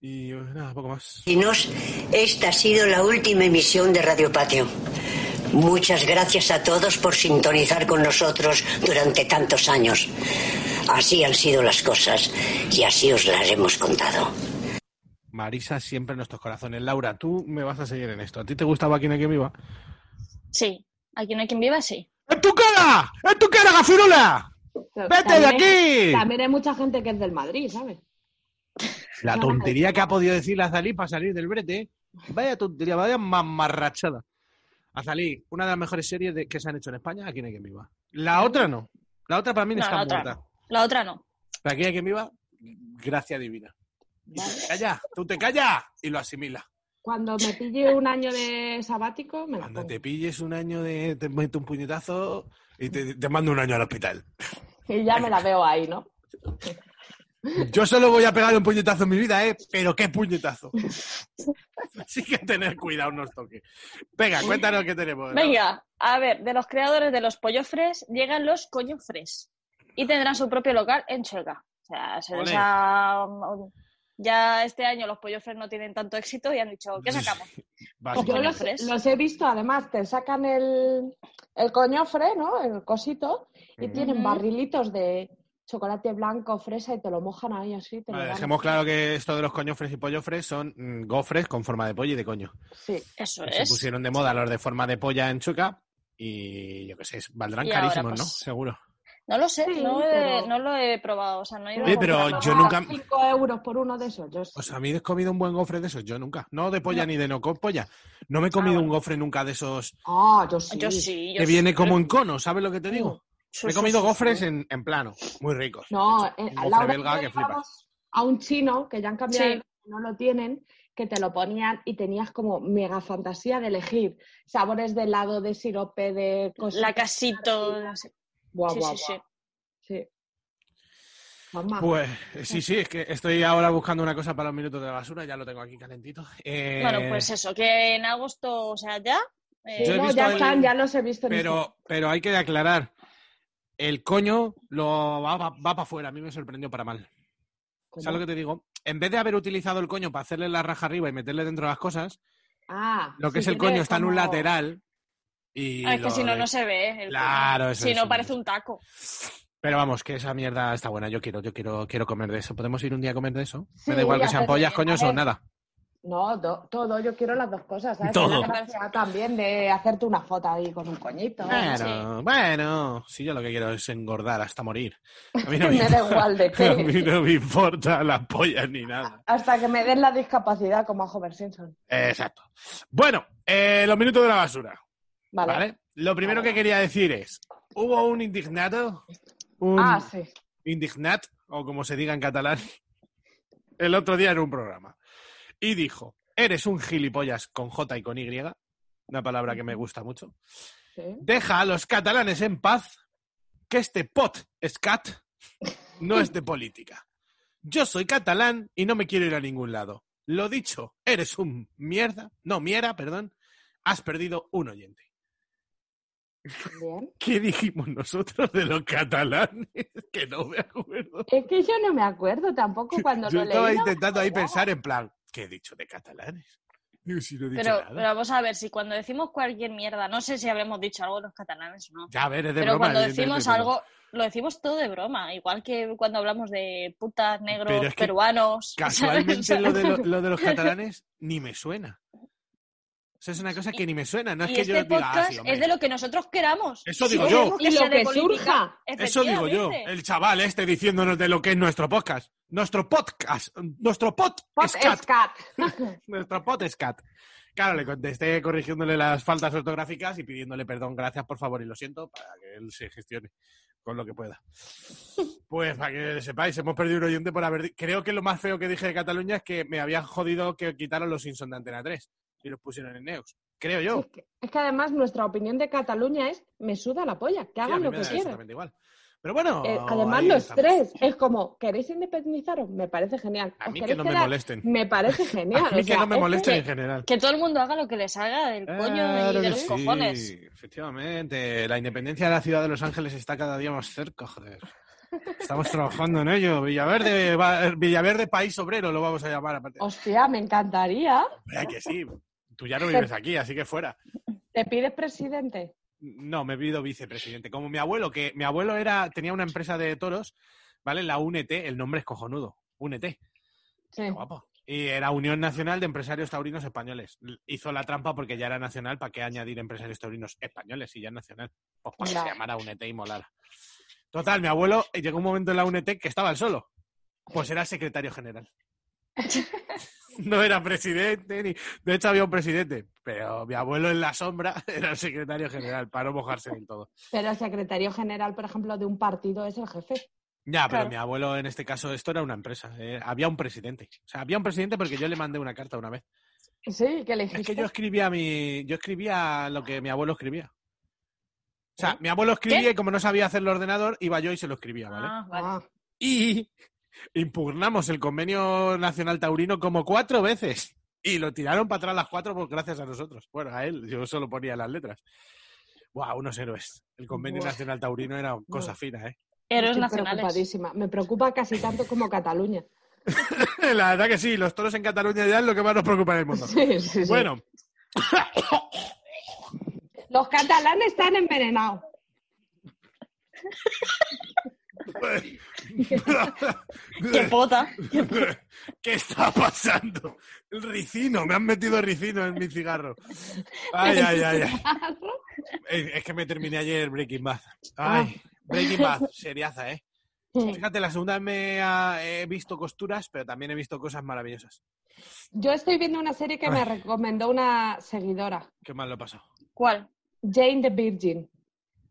D: y eh, nada, poco más.
A: Chinos, esta ha sido la última emisión de Radio Patio. Muchas gracias a todos por sintonizar con nosotros durante tantos años. Así han sido las cosas y así os las hemos contado.
D: Marisa siempre en nuestros corazones. Laura, tú me vas a seguir en esto. ¿A ti te gustaba quién aquí me iba?
F: Sí. Aquí no hay quien viva, sí.
D: ¡En tu cara! ¡En tu cara, gafirula! ¡Vete de aquí!
E: También hay mucha gente que es del Madrid, ¿sabes?
D: La tontería que ha podido decir la Azalí para salir del brete. ¿eh? Vaya tontería, vaya mamarrachada. Azalí, una de las mejores series de- que se han hecho en España, Aquí no hay quien viva. La otra no. La otra para mí no,
F: No,
D: está
F: la otra
D: muerta.
F: La otra no.
D: Pero Aquí no hay quien viva, gracia divina. Y tú te callas, tú te callas y lo asimilas.
E: Cuando me pille un año de sabático, me la
D: Cuando
E: pongo.
D: te pilles un año de... te meto un puñetazo y te, te mando un año al hospital.
E: Y ya me la veo ahí, ¿no?
D: Yo solo voy a pegar un puñetazo en mi vida, ¿eh? Pero qué puñetazo. Así que tener cuidado, no os toque. Venga, cuéntanos qué tenemos.
F: Venga, a ver, de los creadores de los pollofres llegan los coñofres y tendrán su propio local en Chueca. O sea, se
D: Ole.
F: les ha- Ya este año los pollofres no tienen tanto éxito y han dicho, ¿qué sacamos?
D: Básico.
E: Yo
F: Coño
E: los,
F: fres.
E: los he visto, además, te sacan el, el coñofre, ¿no? El cosito, y
D: Ujú.
E: tienen barrilitos de chocolate blanco, fresa, y te lo mojan ahí así. Te lo
D: Vale,
E: dan.
D: dejemos claro que esto de los coñofres y pollofres son mm, gofres con forma de pollo y de coño.
E: Sí.
F: Eso
D: Se
F: es.
D: pusieron de moda los de forma de polla en Chuca y yo qué sé, valdrán
F: Y ahora,
D: carísimos,
F: pues,
D: ¿no? Seguro.
F: No lo sé,
E: Sí,
F: no, he-
E: pero-
F: no lo he probado. O sea, no he ido a
D: Sí, pero
F: comprarlo.
D: yo nunca-
E: 5 euros por uno de esos. Yo sí.
D: O sea, ¿habéis comido un buen gofre de esos? Yo nunca. No de polla ni de no con polla. No me he comido un gofre nunca de esos
E: Ah, yo sí.
F: Yo sí, yo
D: que
F: sí,
D: viene
F: pero-
D: como en cono, ¿sabes lo que te digo?
F: Sí, pues
D: Me he
F: sí,
D: comido
F: sí,
D: gofres
F: sí.
D: En, en plano, muy ricos.
E: No,
D: De hecho,
E: eh,
D: un gofre
E: Laura,
D: belga que
E: íbamos
D: flipas.
E: a un chino que ya han cambiado,
F: Sí.
E: el nombre, no lo tienen, que te lo ponían y tenías como mega fantasía de elegir sabores de helado, de sirope, de cosas.
F: La casito. Sí,
E: Guau,
F: sí,
E: guau,
F: sí.
E: guau. Sí. Mamá.
D: Pues eh, sí, sí, es que estoy ahora buscando una cosa para los minutos de la basura, ya lo tengo aquí calentito. Eh,
F: Bueno, pues eso, que en agosto, o sea, ya. eh,
E: Sí,
D: yo he
E: no,
D: visto
E: ya
D: el-
E: están, ya los he visto. en Instagram.
D: Pero, pero hay que aclarar, el coño lo va, para afuera, a mí me sorprendió para mal.
E: ¿Cómo?
D: ¿Sabes lo que te digo? En vez de haber utilizado el coño para hacerle la raja arriba y meterle dentro las cosas,
E: Ah,
D: lo que
E: sí,
D: es el
E: tiene
D: coño está en un
E: como-
D: lateral y...
F: ah, es que
D: lo
F: si no,
D: de-
F: no se ve. el coño.
D: Claro, eso
F: Si
D: es
F: no,
D: un-
F: parece un taco.
D: Pero vamos, que esa mierda está buena, yo quiero, yo quiero, quiero comer de eso. ¿Podemos ir un día a comer de eso? me
E: Sí,
D: da igual que
E: hacer
D: sean pollas,
E: bien.
D: coños
E: A
D: o
E: ver,
D: nada.
E: No, do- todo, yo quiero las dos cosas, ¿sabes?
D: Todo.
E: La gracia también de hacerte una foto ahí con un coñito.
D: Eh, Bueno, bueno, si yo lo que quiero es engordar hasta morir. A mí no
E: Me da igual de qué.
D: A mí no me importa las pollas ni nada.
E: Hasta que me den la discapacidad como a Homer Simpson.
D: Exacto. Bueno, eh, los minutos de la basura.
E: Vale.
D: Vale. Lo primero que quería decir es, hubo un indignado, un
E: Ah, sí.
D: indignat, o como se diga en catalán, el otro día en un programa. Y dijo, eres un gilipollas con J y con Y, una palabra que me gusta mucho.
E: sí.
D: Deja a los catalanes en paz, que este pot scat no es de política. Yo soy catalán y no me quiero ir a ningún lado. Lo dicho, eres un mierda, no miera, perdón, has perdido un oyente.
E: Bien.
D: ¿Qué dijimos nosotros de los catalanes? Que no me acuerdo.
E: Es que yo no me acuerdo tampoco cuando
D: Yo
E: lo leí.
D: estaba
E: no me
D: intentando ahí
E: acordaba.
D: pensar en plan, ¿qué he dicho de catalanes? Digo, si no he dicho
F: Pero,
D: nada.
F: pero vamos a ver, si cuando decimos cualquier mierda, no sé si habremos dicho algo los catalanes o no,
D: Ya, a ver, es de
F: pero
D: broma,
F: cuando
D: evidentemente,
F: decimos
D: pero-
F: algo, lo decimos todo de broma, igual que cuando hablamos de putas, negros,
D: Pero es que
F: peruanos. ¿sabes? O sea,
D: Casualmente lo de, lo, lo de los catalanes ni me suena. O sea, es una cosa que ni me suena. No es
F: y
D: que
F: este
D: yo diga, ah,
F: podcast
D: sí, hombre.
F: es de lo que nosotros queramos.
D: Eso digo
F: Y
D: yo.
F: lo-
E: Y lo
F: se
E: que
F: depolitica-
E: surja.
D: Eso digo yo.
F: efectivamente.
D: El chaval este diciéndonos de lo que es nuestro podcast. Nuestro podcast. Nuestro pod.
E: Pot
D: scat.
E: es cat.
D: Nuestro podcast. Claro, le contesté corrigiéndole las faltas ortográficas y pidiéndole perdón, gracias por favor y lo siento, para que él se gestione con lo que pueda. Pues para que sepáis, hemos perdido un oyente por haber... di- Creo que lo más feo que dije de Cataluña es que me habían jodido que quitaron los Simpsons de Antena 3 y los pusieron en Neus. Creo yo.
E: Es que, es que además nuestra opinión de Cataluña es me suda la polla, que
D: Sí, a
E: hagan
D: mí
E: lo
D: me
E: que
D: da
E: quieran.
D: exactamente igual. Pero bueno...
E: Eh, además,
D: ahí
E: los
D: estamos.
E: tres. Es como, ¿queréis independizaros? Me parece genial.
D: A
E: ¿Os
D: mí que
E: queréis
D: no me
E: quedar?
D: molesten.
E: Me parece genial.
D: A mí que
E: o sea,
D: no me
E: es
D: molesten
E: que-
D: en general.
F: Que todo el mundo haga lo que le salga del coño
D: Claro
F: y
D: que
F: de los
D: sí,
F: cojones.
D: Efectivamente, la independencia de la ciudad de Los Ángeles está cada día más cerca, joder. Estamos trabajando en ello. Villaverde, va- Villaverde País Obrero lo vamos a llamar. Aparte.
E: Hostia, me encantaría.
D: Mira que sí. Tú ya no vives aquí, así que fuera.
E: Te pides presidente.
D: No, me he pido vicepresidente. Como mi abuelo, que mi abuelo era, tenía una empresa de toros, ¿vale? La UNET, el nombre es cojonudo. UNET.
E: Sí.
D: Guapo. Y era Unión Nacional de Empresarios Taurinos Españoles. L- Hizo la trampa porque ya era nacional, ¿para qué añadir empresarios taurinos españoles si ya es nacional? Pues para que se
E: Claro.
D: llamara UNET y molara. Total, mi abuelo eh, llegó un momento en la UNET que estaba él solo. Pues era secretario general. No era presidente, ni... de hecho había un presidente, pero mi abuelo en la sombra era el secretario general, para no mojarse del todo.
E: Pero el secretario general, por ejemplo, de un partido es el jefe.
D: Ya, pero
F: Claro.
D: mi abuelo en este caso, esto era una empresa, eh, había un presidente. O sea, había un presidente porque yo le mandé una carta una vez.
E: Sí, que le
D: Es
E: dijiste.
D: que yo escribía mi, yo escribía lo que mi abuelo escribía. O sea, mi abuelo escribía
F: ¿Eh? ¿Qué?
D: y como no sabía hacer el ordenador, iba yo y se lo escribía, ¿vale?
F: Ah, vale.
E: Ah,
D: Y impugnamos el convenio nacional taurino como cuatro veces. Y lo tiraron para atrás las cuatro pues, gracias a nosotros. Bueno, a él, yo solo ponía las letras. Buah, unos héroes. El convenio
E: Buah.
D: nacional taurino era cosa fina, ¿eh?
F: Héroes
E: estoy
F: nacionales.
E: preocupadísima. Me preocupa casi tanto como Cataluña.
D: La verdad que sí, los toros en Cataluña ya es lo que más nos preocupa en el mundo.
E: Sí, sí, sí.
D: Bueno,
E: Los catalanes están envenenados.
D: pues,
F: Qué pota.
D: ¿Qué está pasando? El ricino, me han metido ricino en mi cigarro. Ay, ay, ay. ay. Eh, Es que me terminé ayer Breaking Bad. Ay, Breaking Bad, seriaza, ¿eh?
E: Ah. Sí.
D: Fíjate, la segunda me ha- he visto costuras, pero también he visto cosas maravillosas.
E: Yo estoy viendo una serie que me recomendó una seguidora,
D: Qué mal lo he pasado.
F: ¿Cuál?
E: Jane the Virgin.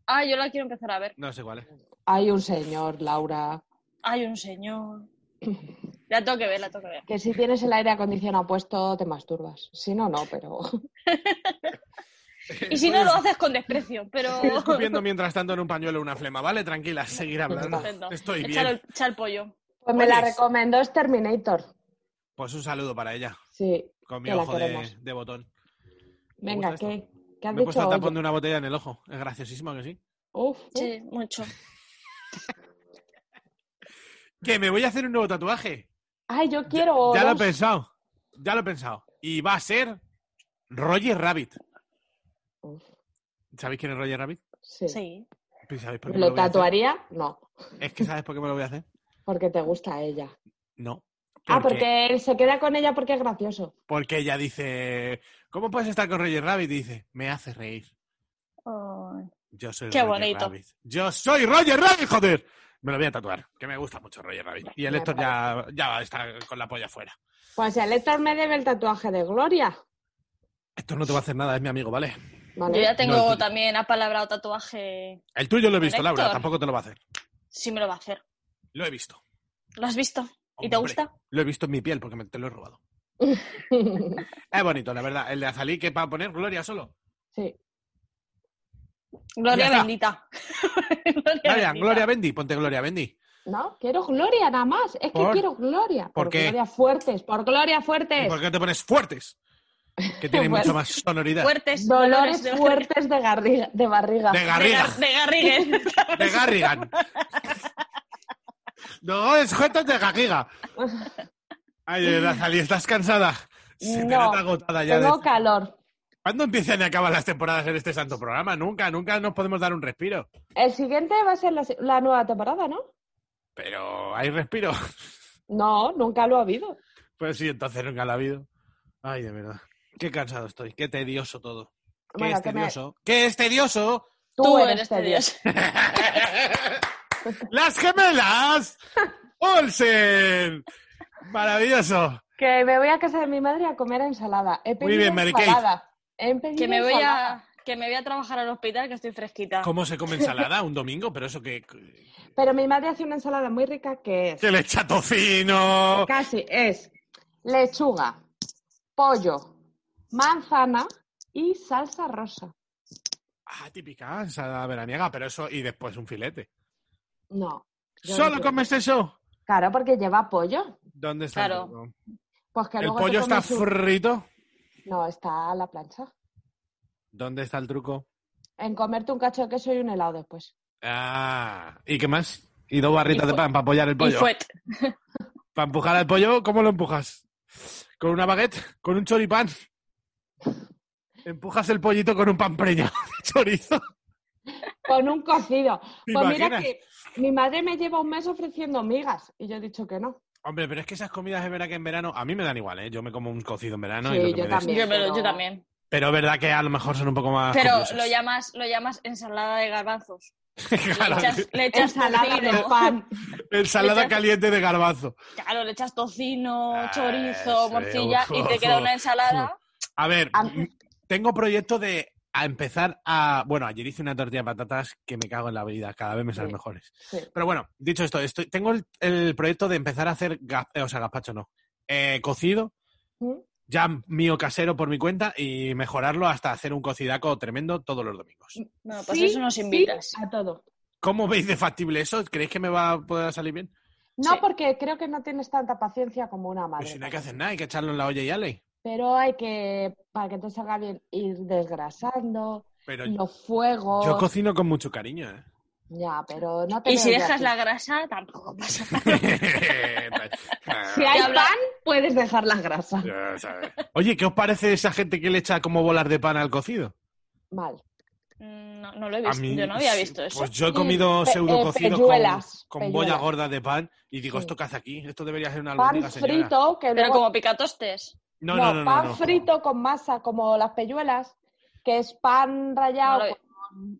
F: Ah, yo la quiero empezar a ver.
D: No sé cuál es. ¿eh?
E: Hay un señor, Laura,
F: Hay un señor. La tengo que ver, la tengo que ver.
E: que si tienes el aire acondicionado puesto te masturbas. Si no, no, pero
F: Y si no, lo haces con desprecio, pero...
D: Estoy escupiendo mientras tanto en un pañuelo una flema, ¿vale? Tranquila, seguir hablando.
F: Estupendo.
D: Estoy
F: Échalo-
D: bien.
F: echa el pollo.
E: pues me la
D: ¿Cuál es?
E: recomendó es Terminator.
D: Pues un saludo para ella,
E: Sí,
D: con mi
E: que la
D: ojo de,
E: queremos.
D: de botón.
E: venga,
D: gusta
E: ¿qué? ¿Qué has
D: Me he puesto
E: dicho?
D: el tapón
E: Oye,
D: de una botella en el ojo. Es graciosísimo que sí.
E: Uf, uf.
F: Sí, mucho.
D: Que me voy a hacer un nuevo tatuaje.
E: Ay, yo quiero
D: Ya lo he
E: dos.
D: pensado. Ya lo he pensado. Y va a ser Roger Rabbit.
E: Uf,
D: ¿Sabéis quién es Roger Rabbit?
E: sí.
F: Sí.
D: Pues, ¿Sabéis por qué
E: ¿Me
D: me
E: ¿Lo
D: lo voy a hacer?
E: tatuaría? No,
D: Es que ¿sabes por qué me lo voy a hacer?
E: porque te gusta ella.
D: No.
E: Ah, porque él se queda con ella porque es gracioso.
D: Porque ella dice, ¿cómo puedes estar con Roger Rabbit? Y dice, me hace reír.
F: Ay.
D: Yo soy
F: Qué
D: Roger
F: bonito.
D: Rabbit. Yo soy Roger Rabbit, joder. Me lo voy a tatuar, que me gusta mucho Roger Rabbit. Y el
E: Me
D: Héctor ya, ya está con la polla afuera.
E: Pues el Héctor me debe el tatuaje de Gloria.
D: Esto no te va a hacer nada, es mi amigo, ¿vale?
E: Vale.
F: Yo ya tengo
D: No, el tuyo.
F: también apalabrado tatuaje.
D: El tuyo lo he visto,
F: Héctor.
D: Laura, tampoco te lo va a hacer.
F: Sí me lo va a hacer.
D: Lo he visto.
F: ¿Lo has visto? ¿Y te
D: Hombre,
F: gusta?
D: Lo he visto en mi piel porque me, te lo he robado. Es bonito, la verdad. El de Azalí que para poner Gloria solo.
E: Sí.
D: Ya
F: Gloria
D: está.
F: bendita. Gloria
D: Gloria,
F: bendita.
D: Gloria Bendy, ponte Gloria Bendy.
E: No, quiero Gloria nada más. Es
D: ¿Por?
E: que quiero Gloria.
D: ¿Por qué?
E: Gloria Fuertes, por Gloria
D: ¿Y
E: Fuertes.
D: por qué te pones fuertes? Que tiene
E: Bueno.
D: mucho más sonoridad.
F: Fuertes.
E: Dolores
F: de-
E: fuertes de, garriga- de barriga.
D: De
F: De,
D: Garriga,
F: Gar- de Garrigues.
D: de Garrigan. No, es Jotas de Garriga. Ay, de verdad, Azalí, ¿estás cansada? Se me
E: No,
D: nota agotada ya.
E: Tengo
D: de-
E: calor.
D: ¿Cuándo empiezan y acaban las temporadas en este santo programa? Nunca, nunca nos podemos dar un respiro.
E: El siguiente va a ser la, la nueva temporada, ¿no?
D: Pero hay respiro.
E: No, nunca lo ha habido.
D: Pues sí, entonces nunca la ha habido. Ay, de verdad. Qué cansado estoy, qué tedioso todo. Qué
E: Bueno,
D: es
E: que me-
D: tedioso. ¿Qué es tedioso?
E: Tú, eres de Dios.
D: ¡Las gemelas! ¡Olsen! Maravilloso.
E: Que me voy a casa de mi madre a comer ensalada. He pedido
D: bien, Mary Kate.
E: ensalada. He pedido
F: Que me voy
E: ensalada.
F: a que me voy a trabajar al hospital que estoy fresquita.
D: ¿Cómo se come ensalada un domingo? Pero eso que,
E: Pero mi madre hace una ensalada muy rica que es...
D: que le echa tocino.
E: Casi es lechuga, pollo, manzana y salsa rosa.
D: Ah, típica ensalada veraniega, pero eso y después un filete.
E: No. yo no
D: ¿Solo
E: quiero.
D: comes eso?
E: Claro, porque lleva pollo.
D: ¿Dónde está
F: Claro.
D: el pollo?
E: Pues que
D: ¿El
E: luego te
D: pollo está
E: comes un-
D: frito?
E: No, está a la plancha.
D: ¿Dónde está el truco?
E: En comerte un cacho de queso y un helado después.
D: Ah, ¿y qué más? Y dos barritas
F: Y
D: de
F: fue-
D: pan para apoyar el
F: Y
D: pollo.
F: fue.
D: Para empujar al pollo, ¿cómo lo empujas? ¿Con una baguette? ¿Con un choripán? Empujas el pollito con un pan preñado de chorizo.
E: Con un cocido.
D: ¿Te
E: Pues mira
D: imaginas?
E: que mi madre me lleva un mes ofreciendo migas y yo he dicho que no.
D: Hombre, pero es que esas comidas es verdad que en verano a mí me dan igual, ¿eh? Yo me como un cocido en verano
E: Sí,
D: y lo que
E: yo
D: me des.
E: también.
F: Yo, me lo-
E: pero-
F: yo también.
D: Pero es verdad que a lo mejor son un poco más.
F: Pero
D: copiosas.
F: lo llamas, lo llamas ensalada de garbanzos. Le
D: Claro,
F: echas, le echas
E: Ensalada de
F: tocino.
E: pan.
D: ensalada
F: echas-
D: caliente de garbazo.
F: Claro, le echas tocino,
D: Ah,
F: chorizo,
D: sí,
F: morcilla
D: uf,
F: y te
D: uf,
F: queda
D: uf.
F: una ensalada.
D: A ver,
E: A-
D: m- tengo proyecto de a empezar a. Bueno, ayer hice una tortilla de patatas que me cago en la vida, cada vez me salen
E: Sí.
D: mejores.
E: Sí.
D: Pero bueno, dicho esto, estoy, tengo el, el proyecto de empezar a hacer, ga- eh, o sea, gazpacho no, eh, cocido,
E: ¿Mm?
D: ya mío casero por mi cuenta y mejorarlo hasta hacer un cocidaco tremendo todos los domingos.
E: Mm.
F: Bueno, pues
E: Sí,
F: eso nos
E: sí, Ah,
F: invitas.
E: a todo.
D: ¿Cómo veis de factible eso? ¿Creéis que me va a poder salir bien?
E: No,
F: Sí.
E: porque creo que no tienes tanta paciencia como una madre.
D: Pues si no hay que hacer nada, hay que echarlo en la olla y ale.
E: Pero hay que, para que te salga bien, ir desgrasando,
D: Pero
E: los fuegos.
D: yo cocino con mucho cariño, ¿eh?
E: Ya, pero no te
F: Y si
E: veo yo
F: dejas
E: aquí.
F: la grasa, tampoco pasa nada.
E: Si hay
F: Y habla-
E: pan, puedes dejar la grasa.
D: Ya sabes. Oye, ¿qué os parece esa gente que le echa como bolas de pan al cocido?
E: Mal.
F: Mm, No, no lo he
D: A
F: visto.
D: mí-
F: yo no había visto eso.
D: Pues yo he comido
E: Pe-
D: pseudo
E: eh,
D: cocido con,
E: pelluelas,
D: con bolla
E: pelluelas.
D: gorda de pan y digo,
E: Sí.
D: ¿esto qué hace aquí? Esto debería ser una
E: Pan
D: albóndiga, señora.
E: frito, que
F: Pero
E: luego-
F: como picatostes.
D: No, no, no, no,
E: pan
D: no.
E: frito con masa, como las pelluelas, que es pan rallado
F: No lo-
E: con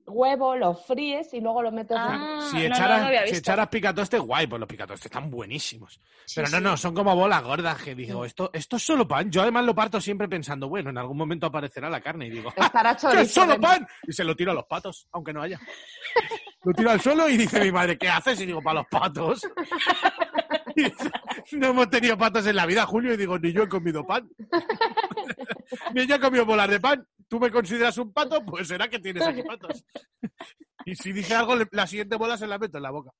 E: huevo, lo fríes y luego lo metes
F: Ah,
E: en...
F: no,
D: Si
F: no,
D: echaras,
F: no lo había
D: si
F: visto.
D: echaras picatostes, guay, pues los picatostes están buenísimos.
F: Sí,
D: Pero no,
F: sí.
D: no, son como bolas gordas que digo, esto, esto es solo pan. Yo además lo parto siempre pensando, bueno, en algún momento aparecerá la carne y digo, ¡ah,
E: Estará
D: que es
E: chorizo
D: solo
E: dentro.
D: pan! Y se lo tiro a los patos, aunque no haya. Lo tiro al suelo y dice mi madre, ¿qué haces? Y digo, para los patos. Y dice, no hemos tenido patos en la vida, Julio, y digo, ni yo he comido pan. ni yo he comido bolas de pan. ¿Tú me consideras un pato? Pues será que tienes aquí patos. y si dice algo, le- la siguiente bola se la meto en la boca.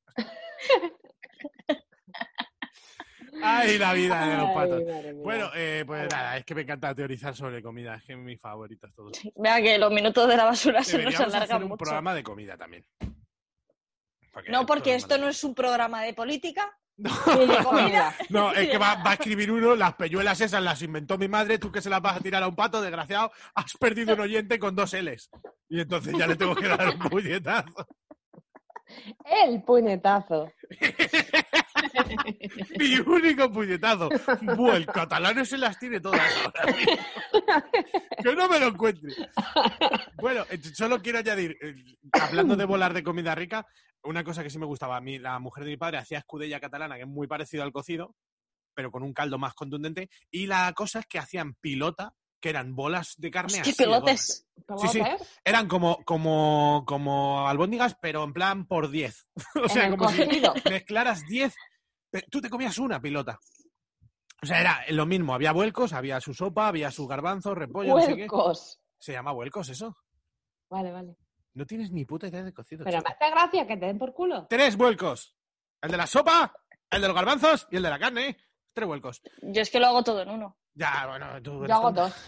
D: Ay, la vida de los
E: Ay,
D: patos.
E: madre mía.
D: Bueno, eh, pues nada, es que me encanta teorizar sobre comida, es que es mi favorito todo.
F: Vea que los minutos de la basura se nos
D: Deberíamos hacer
F: alargan
D: un
F: mucho.
D: programa de comida también. Porque
F: No, porque
D: es
F: esto no
D: maravilloso.
F: es un programa de política.
E: Y de comida.
D: No, es que va, va a escribir uno, las pelluelas esas las inventó mi madre, tú que se las vas a tirar a un pato, desgraciado, has perdido un oyente con dos L's. Y entonces ya le tengo que dar un puñetazo.
E: El puñetazo.
D: Mi único puñetazo. Buah, el catalán se las tiene todas ahora mismo. Que no me lo encuentre. Bueno, eh, solo quiero añadir, eh, hablando de volar de comida rica, una cosa que sí me gustaba. A mí, la mujer de mi padre hacía escudella catalana, que es muy parecido al cocido, pero con un caldo más contundente. Y la cosa es que hacían pilota, que eran bolas de carne
F: ¡Qué
D: así de gordas.
F: pelotes!
E: ¿Cómo
D: Sí, sí.
E: haces?
D: Eran como, como, como albóndigas, pero en plan por 10. O sea,
E: en el
D: como si
E: cocido.
D: mezclaras 10, pe- tú te comías una pilota. O sea, era lo mismo, había vuelcos, había su sopa, había su garbanzo, repollo, no sé qué.
E: Huelcos.
D: Se llama vuelcos eso.
E: Vale, vale.
D: No tienes ni puta idea de cocido.
E: Pero
D: chico.
E: me hace gracia que te den por culo.
D: Tres vuelcos. El de la sopa, el de los garbanzos y el de la carne. ¿eh? Tres vuelcos.
F: Yo es que lo hago todo en uno.
D: Ya, bueno, tú eres
E: Yo hago
D: tonta.
E: dos.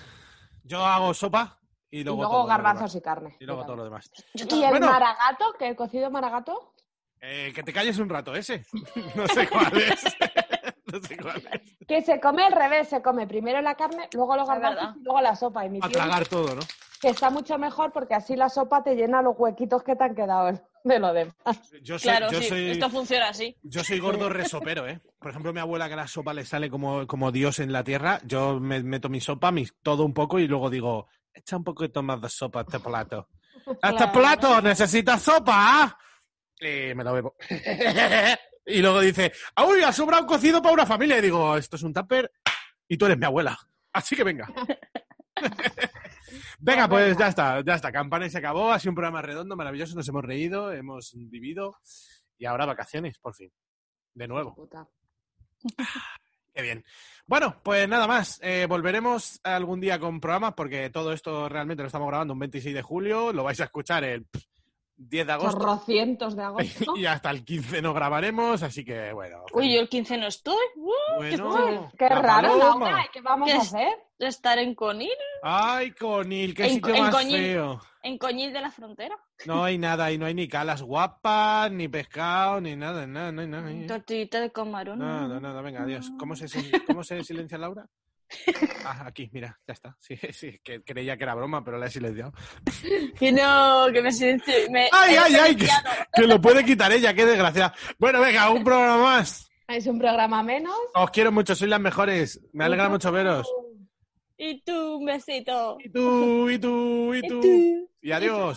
D: Yo hago sopa y
E: Y luego,
D: luego, todo lo
E: garbanzos
D: demás.
E: y carne.
D: Y luego todo lo demás.
F: Yo
E: ¿Y
F: todo-
E: el
D: Bueno.
E: maragato? ¿Que el cocido maragato?
D: Eh, que te calles un rato ese. No sé cuál es. No sé cuál es.
E: Que se come al revés, se come primero la carne, luego los
F: Es
E: garbanzos
F: verdad.
E: y luego la sopa. Y mi
D: A
E: tío
D: tragar todo, ¿no?
E: que está mucho mejor porque así la sopa te llena los huequitos que te han quedado de lo demás.
D: Yo soy,
F: Claro,
D: yo
F: sí,
D: soy,
F: esto funciona así.
D: yo soy gordo resopero, ¿eh? Por ejemplo, mi abuela que la sopa le sale como, como Dios en la tierra. Yo me meto mi sopa, mi, todo un poco y luego digo, echa un poquito más de sopa a este plato. ¡A este
F: Claro.
D: plato! ¡Necesitas sopa! Y me lo bebo. y luego dice, ¡Uy, ha sobrado un cocido para una familia! Y digo, esto es un tupper y tú eres mi abuela. Así que venga. Venga, pues ya está, ya está. Campana y se acabó. Ha sido un programa redondo, maravilloso. Nos hemos reído, hemos vivido. Y ahora vacaciones, por fin. De nuevo.
H: Puta.
D: Qué bien. Bueno, pues nada más. Eh, volveremos algún día con programas porque todo esto realmente lo estamos grabando un 26 de julio. Lo vais a escuchar el pff, 10 de agosto.
H: Chorrocientos de agosto.
D: Y hasta el 15 no grabaremos, así que bueno.
F: Uy, yo el 15 no estoy. Uh,
D: Bueno,
E: Qué
D: la
E: raro,
D: paloma.
F: eh.
E: Laura, ¿y ¿Qué vamos
F: ¿Qué
E: a
F: es?
E: hacer?
F: estar en Conil,
D: Ay, Conil, qué
F: En-
D: sitio
F: en
D: más
F: Conil.
D: feo.
F: en Coñil de la Frontera.
D: No hay nada ahí, no hay ni calas guapas, ni pescado, ni nada, nada, no hay nada. ahí, ¿eh?
F: Tortillita de camarón.
D: Nada, nada, venga, adiós. ¿Cómo se, sil- cómo se silencia Laura? Ah, aquí, mira, ya está. Sí, sí, que creía que era broma, pero la he silenciado.
F: Que no, que me silencio. me-
D: ¡Ay,
F: he
D: ay, ay! Que,
F: silenciado.
D: que lo puede quitar ella, qué desgracia. Bueno, venga, un programa más.
H: Es un programa menos.
D: Os quiero mucho, sois las mejores. Me alegra mucho veros.
F: Y tú, un besito.
D: Y tú, y tú, y tú. Y adiós.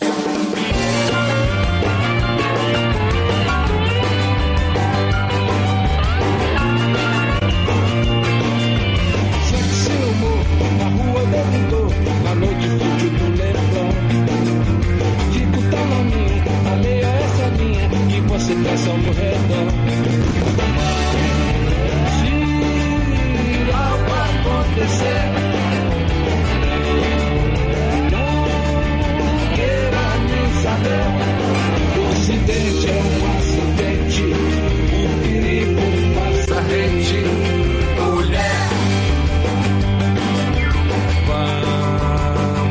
G: Sexy humor, na rua debutou, na noite fútil do Leblon. Fico tão na minha, alheio a essa linha que você traça ao meu redor. Se algo acontecer, não queira nem saber. O acidente é um acidente, o perigo passa rente, mulher.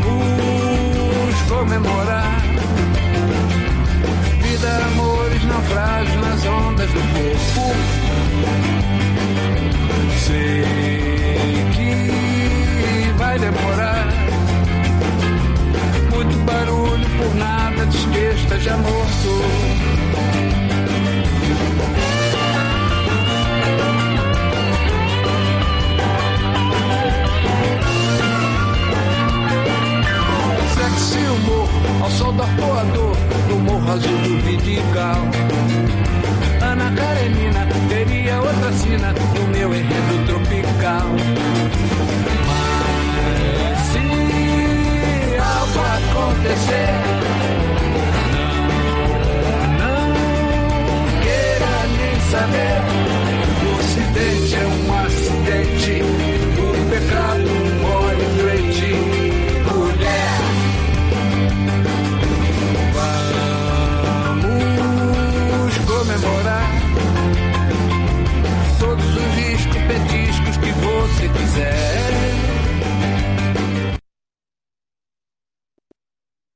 G: Vamos comemorar. Vida, amores, naufrágios nas ondas do corpo. Sei que vai demorar. Muito barulho por nada, desgaste já morto. Sexy humor, ao sol do arpoador, no morro azul do Vidigal. Ana Karenina teria outra sina no meu enredo tropical. Mas se algo acontecer, é um